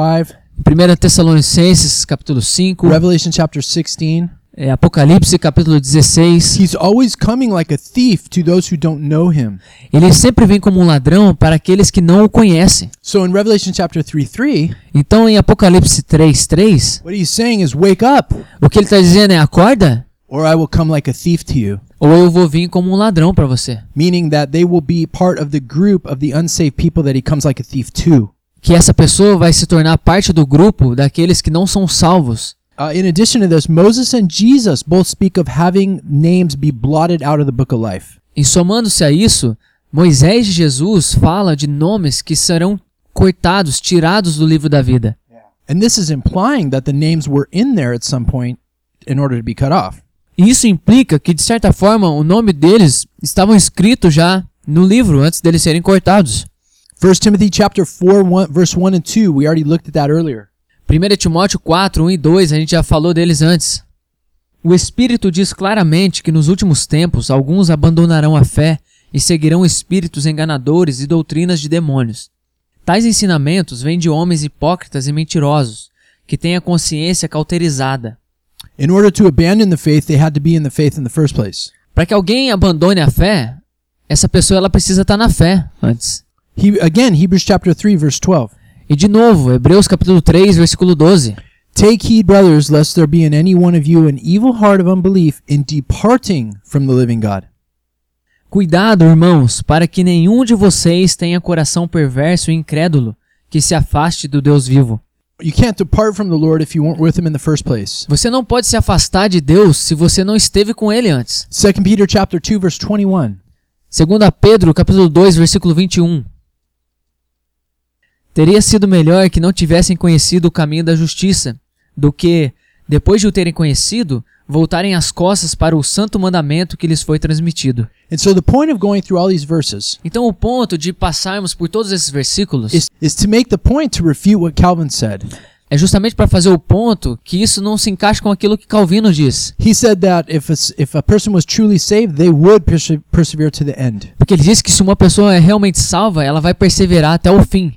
Speaker 2: 1 Tessalonicenses capítulo 5,
Speaker 1: Revelation chapter 16.
Speaker 2: é, Apocalipse capítulo 16.
Speaker 1: He's always coming like a thief to those who don't know him.
Speaker 2: Ele sempre vem como um ladrão para aqueles que não o conhecem.
Speaker 1: So in Revelation chapter 3 3,
Speaker 2: Então, em Apocalipse 3:3,
Speaker 1: what he's saying is, Wake up,
Speaker 2: o que ele está dizendo é: acorda,
Speaker 1: or I will come like a thief to you.
Speaker 2: ou eu vou vir como um ladrão para você.
Speaker 1: Meaning that they will be part of the group of the unsaved people that he comes like a thief to.
Speaker 2: Que essa pessoa vai se tornar parte do grupo daqueles que não são salvos.
Speaker 1: Uh, in addition to this, Moses and Jesus both speak of having names be blotted out of the book of life.
Speaker 2: E somando-se a isso, Moisés e Jesus fala de nomes que serão cortados, tirados do livro da vida.
Speaker 1: And this is implying that the names were in there at some point in order to be cut off.
Speaker 2: E isso implica que, de certa forma, o nome deles estavam escritos já no livro antes deles serem cortados.
Speaker 1: 1 Timothy chapter 4 1, verse 1 and 2, we already looked at that earlier.
Speaker 2: 1 Timóteo 4, 1 e 2, a gente já falou deles antes. O Espírito diz claramente que nos últimos tempos alguns abandonarão a fé e seguirão espíritos enganadores e doutrinas de demônios. Tais ensinamentos vêm de homens hipócritas e mentirosos, que têm a consciência cauterizada.
Speaker 1: In order to abandon the faith, they had to be in the faith in the first place.
Speaker 2: Para que alguém abandone a fé, essa pessoa ela precisa estar na fé antes.
Speaker 1: He again, Hebrews chapter 3 verse 12.
Speaker 2: E de novo, Hebreus capítulo 3, versículo 12.
Speaker 1: Take heed, brothers, lest there be in any one of you an evil heart of unbelief in departing from the living God.
Speaker 2: Cuidado, irmãos, para que nenhum de vocês tenha coração perverso e incrédulo, que se afaste do Deus vivo.
Speaker 1: You can't depart from the Lord if you weren't with him in the first place.
Speaker 2: Você não pode se afastar de Deus se você não esteve com ele antes.
Speaker 1: 2 Peter chapter 2 verse 21.
Speaker 2: Segundo a Pedro, capítulo 2, versículo 21. Teria sido melhor que não tivessem conhecido o caminho da justiça, do que, depois de o terem conhecido, voltarem as costas para o santo mandamento que lhes foi transmitido.
Speaker 1: And so the point of going through all these verses
Speaker 2: Então, o ponto de passarmos por todos esses versículos
Speaker 1: is, is to make the point to refute what Calvin said.
Speaker 2: É justamente para fazer o ponto que isso não se encaixa com aquilo que Calvino diz.
Speaker 1: He said that if a, s- if a person was truly saved, they would perse- persevere to the end.
Speaker 2: Porque ele diz que se uma pessoa é realmente salva, ela vai perseverar até o fim.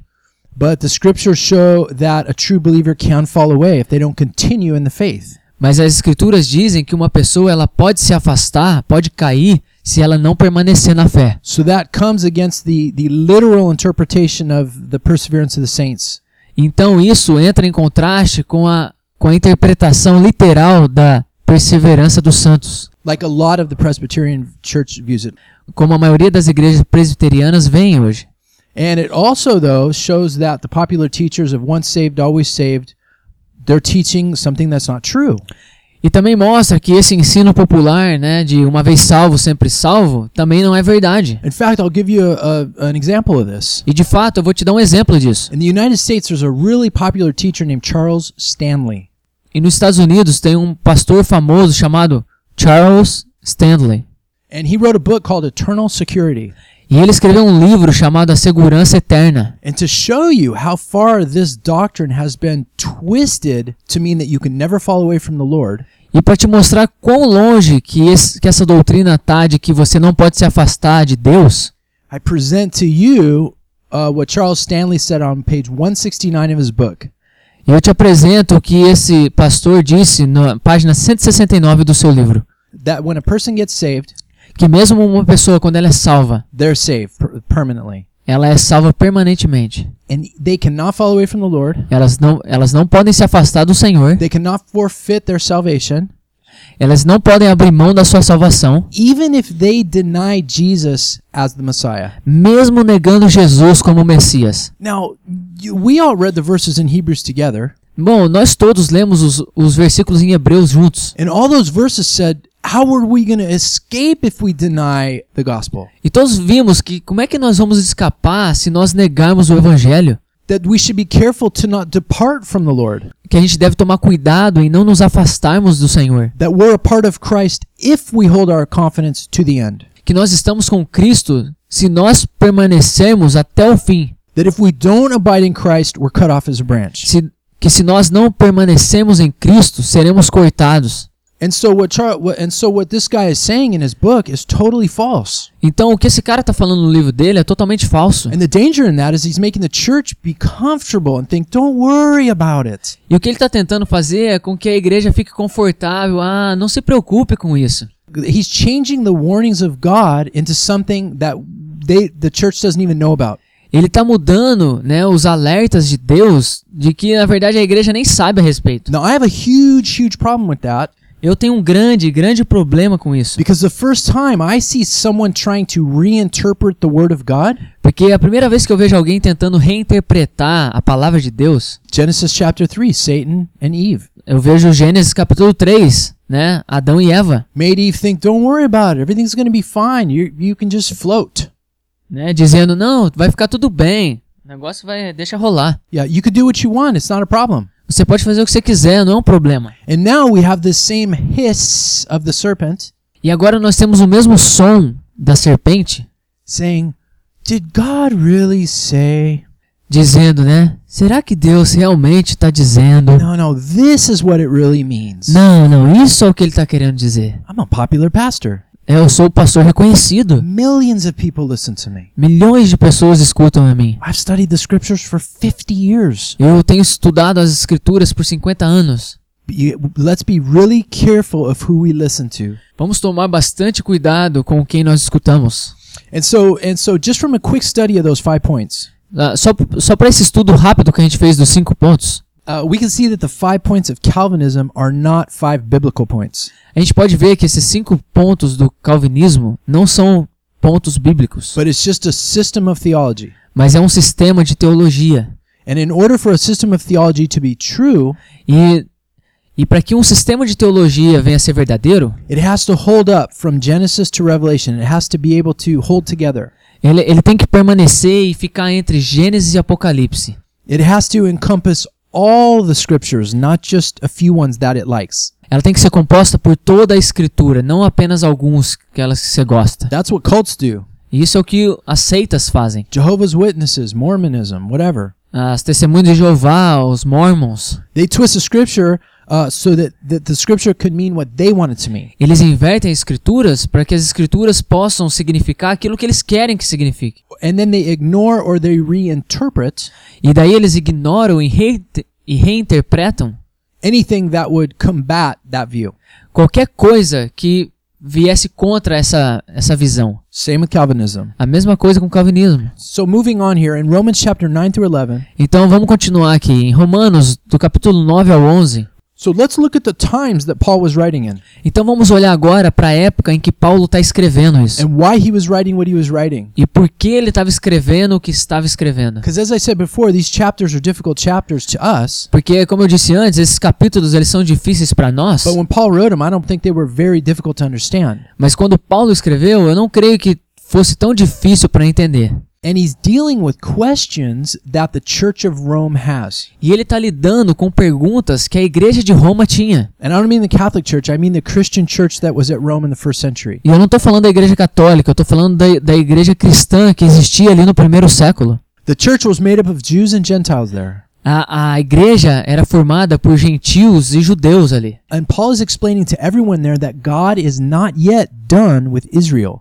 Speaker 1: But the scriptures show that a true believer can fall away if they don't continue in the faith.
Speaker 2: Mas as escrituras dizem que uma pessoa ela pode se afastar, pode cair, se ela não permanecer na fé.
Speaker 1: So that comes against the, the literal interpretation of the perseverance of the saints.
Speaker 2: Então isso entra em contraste com a com a interpretação literal da perseverança dos santos,
Speaker 1: like a lot of the Presbyterian church views it.
Speaker 2: como a maioria das igrejas presbiterianas vem hoje.
Speaker 1: And it also, though, shows that the popular teachers of once saved, always saved, they're teaching something that's not true.
Speaker 2: E também mostra que esse ensino popular, né, de uma vez salvo, sempre salvo, também não é verdade.
Speaker 1: In fact, I'll give you a, a, an example of this.
Speaker 2: E de fato, eu vou te dar um exemplo disso.
Speaker 1: In the United States, there's a really popular teacher named Charles Stanley.
Speaker 2: E nos Estados Unidos tem um pastor famoso chamado Charles Stanley.
Speaker 1: And he wrote a book called Eternal Security.
Speaker 2: E ele escreveu um livro chamado A Segurança Eterna.
Speaker 1: And to show you how far this doctrine has been twisted to mean that you can never fall away from the Lord,
Speaker 2: E para te mostrar quão longe que, esse- que essa doutrina tá de que você não pode se afastar de Deus,
Speaker 1: I present to you uh, what Charles Stanley said on page 169 of his book.
Speaker 2: eu te apresento o que esse pastor disse na página 169 do seu livro.
Speaker 1: That when a person gets saved,
Speaker 2: Que mesmo uma pessoa, quando ela é salva,
Speaker 1: they're saved per- permanently.
Speaker 2: ela é salva permanentemente.
Speaker 1: And they cannot fall away from the Lord.
Speaker 2: Elas não, elas não podem se afastar do Senhor,
Speaker 1: They cannot forfeit their salvation.
Speaker 2: elas não podem abrir mão da sua salvação,
Speaker 1: Even if they deny Jesus as the Messiah.
Speaker 2: mesmo negando Jesus como Messias.
Speaker 1: Now, you, we all read the verses in Hebrews together,
Speaker 2: Bom, nós todos lemos os, os versículos em Hebreus juntos.
Speaker 1: and all those verses said, How are we going to escape if we deny the gospel?
Speaker 2: E todos vimos que como é que nós vamos escapar se nós negarmos o Evangelho?
Speaker 1: That we should be careful to not depart from the Lord.
Speaker 2: Que a gente deve tomar cuidado em não nos afastarmos do Senhor.
Speaker 1: That we're a part of Christ if we hold our confidence to the end.
Speaker 2: Que nós estamos com Cristo se nós permanecermos até o fim.
Speaker 1: That if we don't abide in Christ, we're cut off as a branch.
Speaker 2: Se, que se nós não permanecermos em Cristo, seremos cortados.
Speaker 1: And so what, Char- what and so what this guy is saying in his book is totally false.
Speaker 2: Então, o que esse cara está falando no livro dele é totalmente falso.
Speaker 1: And the danger in that is he's making the church be comfortable and think, "Don't worry about it."
Speaker 2: E o que ele está tentando fazer é com que a igreja fique confortável. Ah, não se preocupe com isso.
Speaker 1: He's changing the warnings of God into something that they the church doesn't even know about.
Speaker 2: Ele tá mudando, né, os alertas de Deus de que na verdade a igreja nem sabe a respeito.
Speaker 1: Now, I have a huge huge problem with that
Speaker 2: Eu tenho um grande, grande problema com isso,
Speaker 1: because the first time I see someone trying to reinterpret the word of God,
Speaker 2: porque a primeira vez que eu vejo alguém tentando reinterpretar a palavra de Deus,
Speaker 1: Genesis chapter 3, Satan and Eve
Speaker 2: eu vejo Gênesis capítulo 3, né, Adão e Eva,
Speaker 1: made Eve think, "Don't worry about it. Everything's going to be fine. You you can just float."
Speaker 2: né, dizendo: "Não, vai ficar tudo bem. O negócio vai deixa rolar.
Speaker 1: Yeah, you could do what you want. It's not a problem.
Speaker 2: Você pode fazer o que você quiser, não é um problema."
Speaker 1: And now we have this same hiss of the serpent
Speaker 2: E agora nós temos o mesmo som da serpente
Speaker 1: saying, Did God really say?
Speaker 2: dizendo, né? Será que Deus realmente está dizendo?
Speaker 1: No, no, this is what it really means.
Speaker 2: Não, não, isso é o que ele está querendo dizer. É,
Speaker 1: I'm a popular pastor.
Speaker 2: Eu sou o pastor reconhecido.
Speaker 1: Millions of people listen to me.
Speaker 2: Milhões de pessoas escutam a mim.
Speaker 1: I've studied the scriptures for 50 years.
Speaker 2: Eu tenho estudado as escrituras por 50 anos.
Speaker 1: You- Let's be really careful of who we listen to.
Speaker 2: Vamos tomar bastante cuidado com quem nós escutamos.
Speaker 1: And so, and so, just from a quick study of those five points,
Speaker 2: Ah, Só, só para esse estudo rápido que a gente fez dos cinco pontos,
Speaker 1: uh, we can see that the five points of Calvinism are not five biblical points.
Speaker 2: a gente pode ver que esses cinco pontos do calvinismo não são pontos bíblicos,
Speaker 1: But it's just a system of theology.
Speaker 2: mas é um sistema de teologia.
Speaker 1: And in order for a system of theology to be true,
Speaker 2: E, e para que um sistema de teologia venha a ser verdadeiro,
Speaker 1: It has to hold up from Genesis to Revelation. It has to be able to hold together.
Speaker 2: Ele, ele tem que permanecer e ficar entre Gênesis e Apocalipse.
Speaker 1: It has to encompass all the scriptures, not just a few ones that it likes.
Speaker 2: Ela tem que ser composta por toda a escritura, não apenas alguns aquelas que você gosta.
Speaker 1: That's what cults do.
Speaker 2: E Isso é o que as seitas fazem.
Speaker 1: Jehovah's Witnesses, Mormonism, whatever.
Speaker 2: As testemunhas de Jeová, os mormons,
Speaker 1: They twist the scripture uh, so that, that the scripture could mean what they want it to mean.
Speaker 2: eles invertem as escrituras para que as escrituras possam significar aquilo que eles querem que signifique.
Speaker 1: And then they ignore or they reinterpret
Speaker 2: E daí eles ignoram e, reinte- e reinterpretam
Speaker 1: anything that would combat that view.
Speaker 2: qualquer coisa que viesse contra essa, essa visão.
Speaker 1: Same with Calvinism.
Speaker 2: A mesma coisa com o calvinismo.
Speaker 1: So moving on here in Romans chapter 9 through 11.
Speaker 2: Então vamos continuar aqui em Romanos do capítulo 9 ao 11.
Speaker 1: So let's look at the times that Paul was writing in
Speaker 2: Então vamos olhar agora para a época em que Paulo está escrevendo isso.
Speaker 1: and why he was writing what he was writing.
Speaker 2: E por que ele estava escrevendo o que estava escrevendo.
Speaker 1: Because as I said before, these chapters are difficult chapters to us.
Speaker 2: Porque, como eu disse antes, esses capítulos eles são difíceis para nós,
Speaker 1: But when Paul wrote them, I don't think they were very difficult to understand.
Speaker 2: mas quando Paulo escreveu, eu não creio que fosse tão difícil para entender.
Speaker 1: And he's dealing with questions that the Church of Rome has.
Speaker 2: E ele está lidando com perguntas que a igreja de Roma tinha.
Speaker 1: And I don't mean the Catholic Church, I mean the Christian church that was at Rome in the first century.
Speaker 2: E eu não estou falando da igreja católica, eu estou falando da, da igreja cristã que existia ali no primeiro século.
Speaker 1: The church was made up of Jews and Gentiles there.
Speaker 2: A, a igreja era formada por gentios e judeus ali.
Speaker 1: And Paul is explaining to everyone there that God is not yet done with Israel.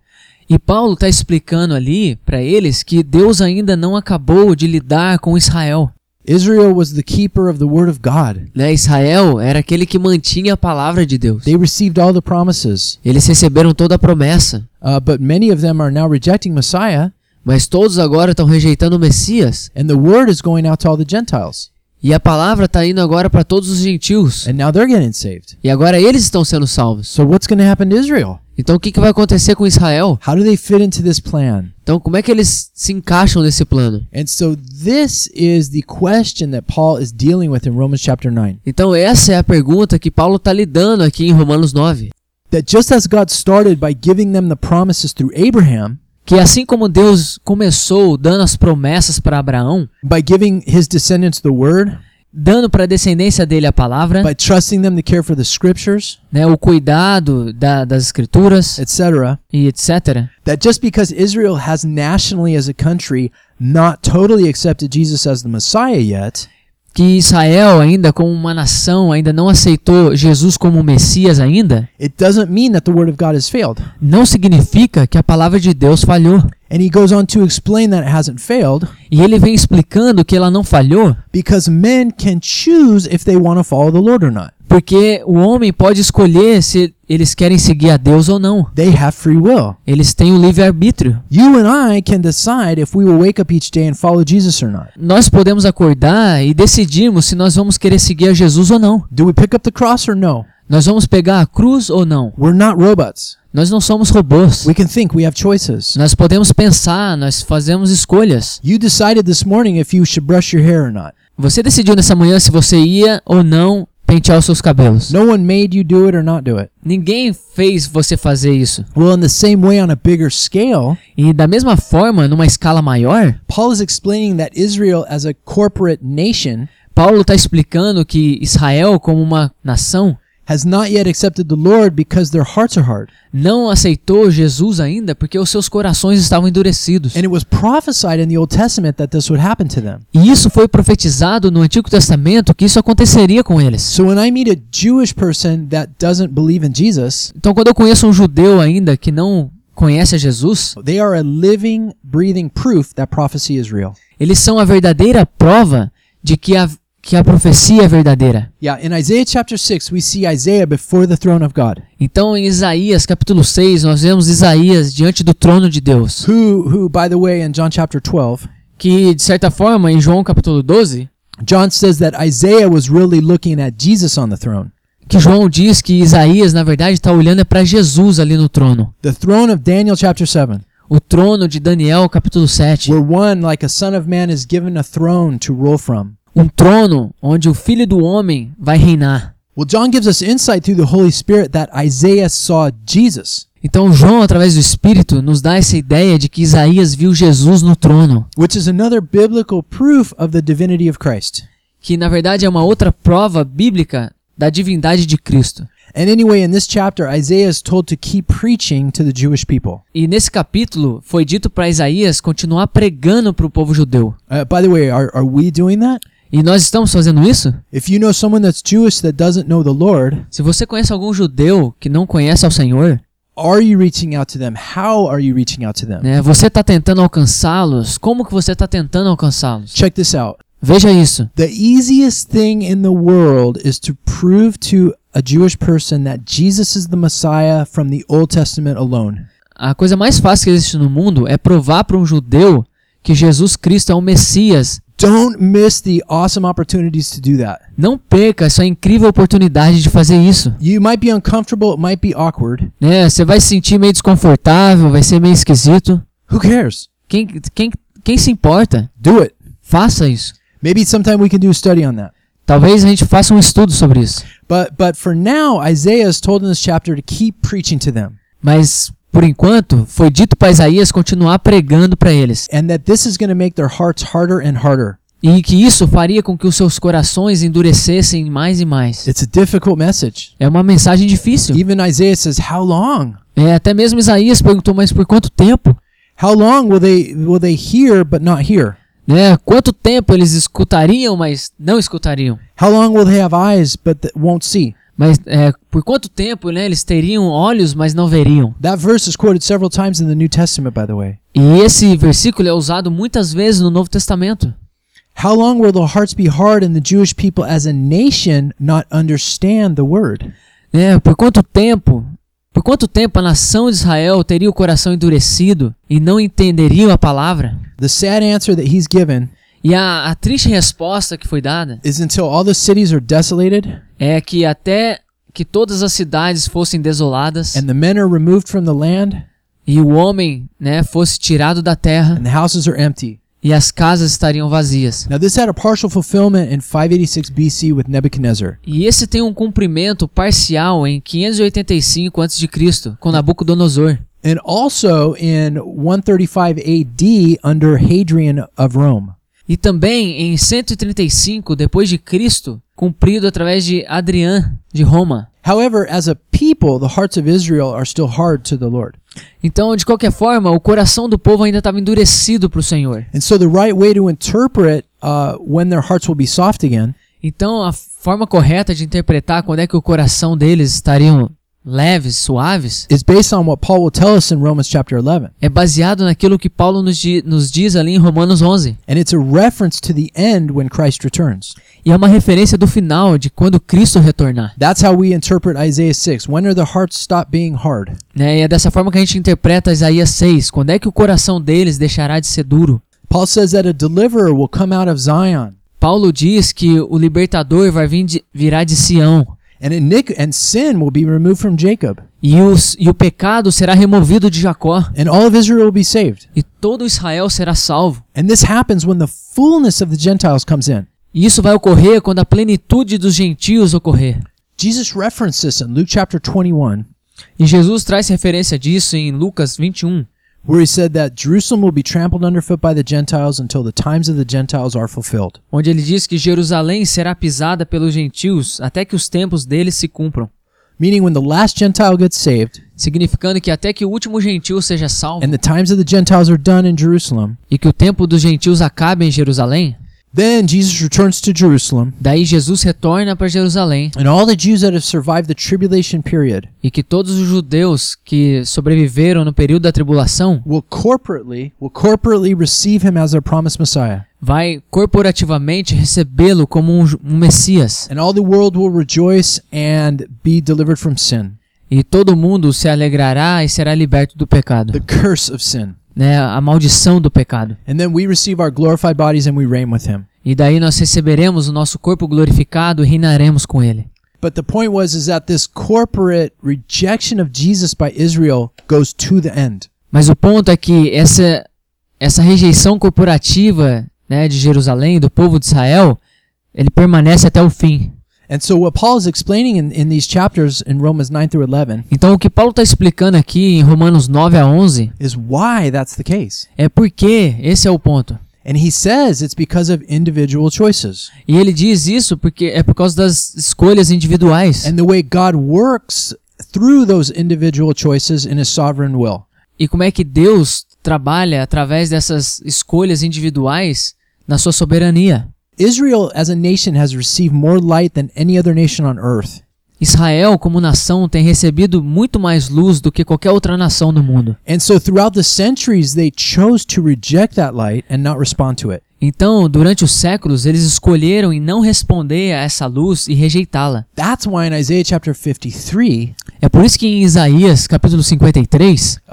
Speaker 2: E Paulo está explicando ali para eles que Deus ainda não acabou de lidar com Israel.
Speaker 1: Israel was the keeper of the word of God.
Speaker 2: Né? Israel era aquele que mantinha a palavra de Deus.
Speaker 1: They received all the promises,
Speaker 2: Eles receberam toda a promessa,
Speaker 1: uh, but many of them are now rejecting Messiah,
Speaker 2: mas todos agora estão rejeitando o Messias.
Speaker 1: and the word is going out to all the Gentiles.
Speaker 2: E a palavra está indo agora para todos os gentios.
Speaker 1: And now they're getting saved.
Speaker 2: E agora eles estão sendo salvos.
Speaker 1: So what's going to happen to Israel?
Speaker 2: Então o que, que vai acontecer com Israel?
Speaker 1: How do they fit into this plan?
Speaker 2: Então como é que eles se encaixam nesse plano?
Speaker 1: And so this is the question that Paul is dealing with in Romans chapter 9.
Speaker 2: Então essa é a pergunta que Paulo está lidando aqui em Romanos 9.
Speaker 1: That just as God started by giving them the promises through Abraham,
Speaker 2: Que assim como Deus começou dando as promessas para Abraão,
Speaker 1: by giving his descendants the word,
Speaker 2: dando para a descendência dele a palavra,
Speaker 1: by trusting them to care for the scriptures,
Speaker 2: né, o cuidado da- das escrituras
Speaker 1: etc.,
Speaker 2: e etc.
Speaker 1: that just because Israel has nationally as a country not totally accepted Jesus as the Messiah yet,
Speaker 2: que Israel ainda como uma nação ainda não aceitou Jesus como Messias ainda,
Speaker 1: it doesn't mean that the word of God has failed.
Speaker 2: não significa que a palavra de Deus falhou.
Speaker 1: And he goes on to explain that it hasn't failed
Speaker 2: E ele vem explicando que ela não falhou,
Speaker 1: because men can choose if they want to follow the Lord or not.
Speaker 2: porque o homem pode escolher se eles querem seguir a Deus ou não.
Speaker 1: They have free will.
Speaker 2: Eles têm o livre arbítrio.
Speaker 1: You and I can decide if we will wake up each day and follow Jesus or not.
Speaker 2: Nós podemos acordar e decidirmos se nós vamos querer seguir a Jesus ou não.
Speaker 1: Do we pick up the cross or no?
Speaker 2: Nós vamos pegar a cruz ou não.
Speaker 1: We're not robots.
Speaker 2: Nós não somos robôs.
Speaker 1: We can think, we have choices.
Speaker 2: Nós podemos pensar, nós fazemos escolhas.
Speaker 1: You decided this morning if you should brush your hair or not.
Speaker 2: Você decidiu nessa manhã se você ia ou não pentear os seus cabelos.
Speaker 1: No one made you do it or not do it.
Speaker 2: Ninguém fez você fazer isso.
Speaker 1: Well, in the same way, on a bigger scale,
Speaker 2: E da mesma forma, numa escala maior,
Speaker 1: Paul is explaining that Israel as a corporate nation
Speaker 2: Paulo está explicando que Israel, como uma nação,
Speaker 1: has not yet accepted the Lord because their hearts are hard.
Speaker 2: não aceitou Jesus ainda porque os seus corações estavam endurecidos.
Speaker 1: And it was prophesied in the Old Testament that this would happen to them.
Speaker 2: E isso foi profetizado no Antigo Testamento que isso aconteceria com eles.
Speaker 1: So when I meet a Jewish person that doesn't believe in Jesus,
Speaker 2: Então, quando eu conheço um judeu ainda que não conhece a Jesus,
Speaker 1: they are a living, breathing proof that prophecy is real.
Speaker 2: eles são a verdadeira prova de que a, que a profecia é verdadeira.
Speaker 1: Yeah, in Isaiah chapter 6, we see Isaiah before the throne of God,
Speaker 2: Então, em Isaías capítulo 6, nós vemos Isaías diante do trono de Deus,
Speaker 1: who, who, by the way, in John chapter 12,
Speaker 2: que, de certa forma, em João capítulo 12,
Speaker 1: John says that Isaiah was really looking at Jesus on the throne.
Speaker 2: que João diz que Isaías, na verdade, está olhando é para Jesus ali no trono.
Speaker 1: The throne of Daniel chapter 7,
Speaker 2: O trono de Daniel capítulo 7,
Speaker 1: where one, like a son of man, is given a throne to rule from.
Speaker 2: um trono onde o Filho do Homem vai reinar.
Speaker 1: Well, John gives us insight through the Holy Spirit that Isaiah saw Jesus,
Speaker 2: Então, João, através do Espírito, nos dá essa ideia de que Isaías viu Jesus no trono,
Speaker 1: which is another biblical proof of the divinity of Christ.
Speaker 2: que, na verdade, é uma outra prova bíblica da divindade de Cristo.
Speaker 1: And anyway, in this chapter, Isaiah is told to keep preaching to the Jewish people.
Speaker 2: E nesse capítulo foi dito para Isaías continuar pregando para o povo judeu.
Speaker 1: Uh, by the way, are, are we doing that?
Speaker 2: E nós estamos fazendo isso?
Speaker 1: If you know someone that's Jewish that doesn't know the Lord,
Speaker 2: Se você conhece algum judeu que não conhece ao Senhor,
Speaker 1: are you reaching out to them? How are you reaching out to them?
Speaker 2: né, você está tentando alcançá-los, como que você está tentando alcançá-los?
Speaker 1: Check this out.
Speaker 2: Veja isso.
Speaker 1: The easiest thing in the world is to prove to a Jewish person that Jesus is the Messiah from the Old Testament alone.
Speaker 2: A coisa mais fácil que existe no mundo é provar para um judeu que Jesus Cristo é o Messias
Speaker 1: Don't miss the awesome opportunities to do that.
Speaker 2: Não perca essa incrível oportunidade de fazer isso.
Speaker 1: You might be uncomfortable, it might be awkward.
Speaker 2: Né? Você vai se sentir meio desconfortável, vai ser meio esquisito.
Speaker 1: Who cares?
Speaker 2: Quem, quem, quem se importa?
Speaker 1: Do it.
Speaker 2: Faça isso.
Speaker 1: Maybe sometime we can do a study on that.
Speaker 2: Talvez a gente faça um estudo sobre isso.
Speaker 1: But but for now, Isaiah is told in this chapter to keep preaching to them
Speaker 2: Mas, por enquanto, foi dito para Isaías continuar pregando para eles.
Speaker 1: and that this is going to make their hearts harder and harder.
Speaker 2: E que isso faria com que os seus corações endurecessem mais e mais.
Speaker 1: It's a difficult message.
Speaker 2: É uma mensagem difícil.
Speaker 1: Even Isaiah says, "How long?
Speaker 2: É, até mesmo Isaías perguntou, mas por quanto tempo?
Speaker 1: How long will they will they hear but not hear?
Speaker 2: Né? Quanto tempo eles escutariam, mas não escutariam?
Speaker 1: How long will they have eyes but th- won't see?"
Speaker 2: Mas é, por quanto tempo né, eles teriam olhos, mas não veriam?
Speaker 1: That verse is quoted several times in the New Testament, by the way.
Speaker 2: E esse versículo é usado muitas vezes no Novo Testamento.
Speaker 1: How long will the hearts be hard and the Jewish people as a nation not understand the word?
Speaker 2: É, por quanto tempo? Por quanto tempo a nação de Israel teria o coração endurecido e não entenderia a palavra?
Speaker 1: The sad answer that he's given
Speaker 2: E a, a triste resposta que foi dada
Speaker 1: is until all the cities are desolated
Speaker 2: é que até que todas as cidades fossem desoladas
Speaker 1: and the men are removed from the land
Speaker 2: e o homem né, fosse tirado da terra
Speaker 1: and the houses are empty.
Speaker 2: e as casas estariam vazias.
Speaker 1: Now, this had a partial fulfillment in 586 BC with Nebuchadnezzar.
Speaker 2: E esse tem um cumprimento parcial em 585 a.C., com Nabucodonosor.
Speaker 1: And also in 135 AD under Hadrian of Rome.
Speaker 2: E também em 135 depois de Cristo, cumprido através de Adrian de Roma.
Speaker 1: However, as a people, the hearts of Israel are still hard to the Lord.
Speaker 2: Então, de qualquer forma, o coração do povo ainda estava endurecido para o Senhor.
Speaker 1: And so, the right way to interpret uh, when their hearts will be soft again
Speaker 2: Então, a forma correta de interpretar quando é que o coração deles estariam leves, suaves,
Speaker 1: is based on what Paul will tell us in Romans chapter 11.
Speaker 2: é baseado naquilo que Paulo nos, di- nos diz ali em Romanos 11.
Speaker 1: And it's a reference to the end when Christ returns.
Speaker 2: E é uma referência do final, de quando Cristo retornar.
Speaker 1: That's how we interpret Isaiah 6. When are the hearts stop being hard?
Speaker 2: Né? E é dessa forma que a gente interpreta Isaías 6. Quando é que o coração deles deixará de ser duro?
Speaker 1: Paul says that a deliverer will come out of Zion.
Speaker 2: Paulo diz que o libertador vai vir de, virá de Sião.
Speaker 1: And, in Nic- and sin will be removed from Jacob,
Speaker 2: E, os, e o pecado será removido de Jacó.
Speaker 1: and all of Israel will be saved.
Speaker 2: E todo Israel será salvo.
Speaker 1: And this happens when the fullness of the Gentiles comes in.
Speaker 2: E isso vai ocorrer quando a plenitude dos gentios ocorrer.
Speaker 1: Jesus referenced this in Luke chapter 21,
Speaker 2: E Jesus traz referência disso em Lucas 21,
Speaker 1: where he said that Jerusalem will be trampled underfoot by the Gentiles until the times of the Gentiles are fulfilled.
Speaker 2: onde ele diz que Jerusalém será pisada pelos gentios até que os tempos deles se cumpram.
Speaker 1: Meaning, when the last Gentile gets saved
Speaker 2: Significando que até que o último gentio seja salvo
Speaker 1: and the times of the Gentiles are done in Jerusalem,
Speaker 2: e que o tempo dos gentios acabe em Jerusalém,
Speaker 1: then Jesus returns to Jerusalem,
Speaker 2: daí Jesus retorna para Jerusalém
Speaker 1: and all the Jews that have survived the tribulation period
Speaker 2: e que todos os judeus que sobreviveram no período da tribulação
Speaker 1: will corporately will corporately receive him as their promised Messiah.
Speaker 2: vai corporativamente recebê-lo como um, ju- um Messias
Speaker 1: And all the world will rejoice and be delivered from sin,
Speaker 2: e todo mundo se alegrará e será liberto do
Speaker 1: the
Speaker 2: pecado,
Speaker 1: curse of sin.
Speaker 2: né, a maldição do pecado.
Speaker 1: And then we receive our glorified bodies and we reign with him.
Speaker 2: E daí nós receberemos o nosso corpo glorificado e reinaremos com ele.
Speaker 1: But the point was is that this corporate rejection of Jesus by Israel goes to the end.
Speaker 2: Mas o ponto é que essa essa rejeição corporativa, né, de Jerusalém, do povo de Israel, ele permanece até o fim.
Speaker 1: And so what Paul is explaining in, in these chapters in Romans 9 through 11
Speaker 2: Então o que Paulo está explicando aqui em Romanos 9 a 11
Speaker 1: is why that's the case.
Speaker 2: É porque esse é o ponto.
Speaker 1: And he says it's because of individual choices.
Speaker 2: E ele diz isso porque é por causa das escolhas individuais
Speaker 1: And the way God works through those individual choices in his sovereign will.
Speaker 2: e como é que Deus trabalha através dessas escolhas individuais na sua soberania.
Speaker 1: Israel as a nation has received more light than any other nation on earth.
Speaker 2: Israel, como nação, tem recebido muito mais luz do que qualquer outra nação do mundo.
Speaker 1: And so throughout the centuries, they chose to reject that light and not respond to it.
Speaker 2: Então, durante os séculos, eles escolheram em não responder a essa luz e rejeitá-la.
Speaker 1: That's why in Isaiah chapter 53,
Speaker 2: É por isso que em Isaías, capítulo 53,
Speaker 1: uh,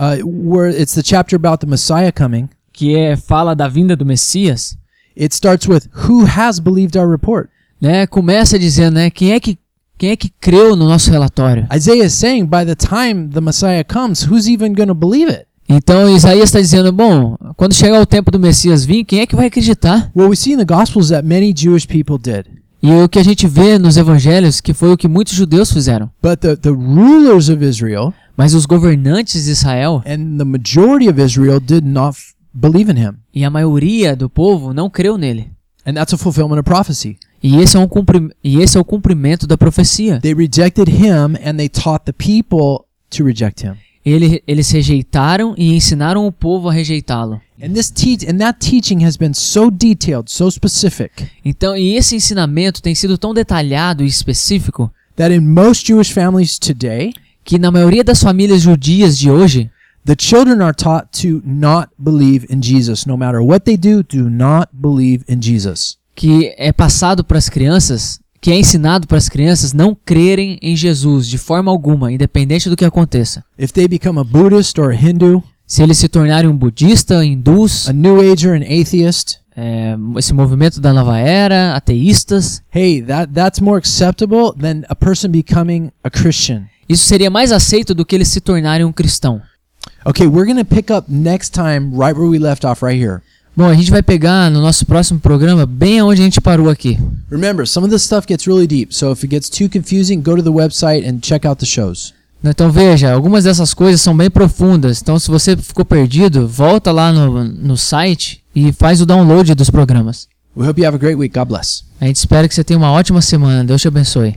Speaker 1: where it's the chapter about the Messiah coming,
Speaker 2: que é fala da vinda do Messias,
Speaker 1: It starts with who has believed our report.
Speaker 2: Né? Começa dizendo, né? Quem é que quem é que creu no nosso relatório?
Speaker 1: Isaiah is saying by the time the Messiah comes, who's even going to believe it?
Speaker 2: Então Isaías está dizendo, bom, quando chegar o tempo do Messias vir, quem é que vai acreditar?
Speaker 1: What we see in the Gospels that many Jewish people did.
Speaker 2: E o que a gente vê nos evangelhos que foi o que muitos judeus fizeram.
Speaker 1: But the, the rulers of Israel
Speaker 2: Mas os governantes de Israel
Speaker 1: and the majority of Israel did not f- believe in him.
Speaker 2: e a maioria do povo não creu nele.
Speaker 1: And that's a fulfillment of prophecy.
Speaker 2: E esse é, um cumpri e esse é o cumprimento da profecia.
Speaker 1: They rejected him and they taught the people to reject him.
Speaker 2: Ele, eles rejeitaram e ensinaram o povo a rejeitá-lo.
Speaker 1: And this teach and that teaching has been so detailed, so specific
Speaker 2: Então, e esse ensinamento tem sido tão detalhado e específico
Speaker 1: that in most Jewish families today,
Speaker 2: que na maioria das famílias judias de hoje,
Speaker 1: the children are taught to not believe in Jesus. No matter what they do, do not believe in Jesus.
Speaker 2: que é passado para as crianças, que é ensinado para as crianças não crerem em Jesus de forma alguma, independente do que aconteça.
Speaker 1: If they become a Buddhist or a Hindu,
Speaker 2: Se eles se tornarem um budista, hindus,
Speaker 1: a New Ager, an atheist,
Speaker 2: é, esse movimento da nova era, ateístas,
Speaker 1: hey, that, that's more acceptable than a person becoming a Christian.
Speaker 2: isso seria mais aceito do que eles se tornarem um cristão.
Speaker 1: Okay, we're going to pick up next time right where we left off, right here.
Speaker 2: Bom, a gente vai pegar no nosso próximo programa bem aonde a gente parou aqui.
Speaker 1: Remember, some of this stuff gets really deep, so if it gets too confusing, go to the website and check out the shows.
Speaker 2: Então veja, algumas dessas coisas são bem profundas. Então se você ficou perdido, volta lá no, no site e faz o download dos programas.
Speaker 1: We hope you have a great week. God bless.
Speaker 2: A gente espera que você tenha uma ótima semana. Deus te abençoe.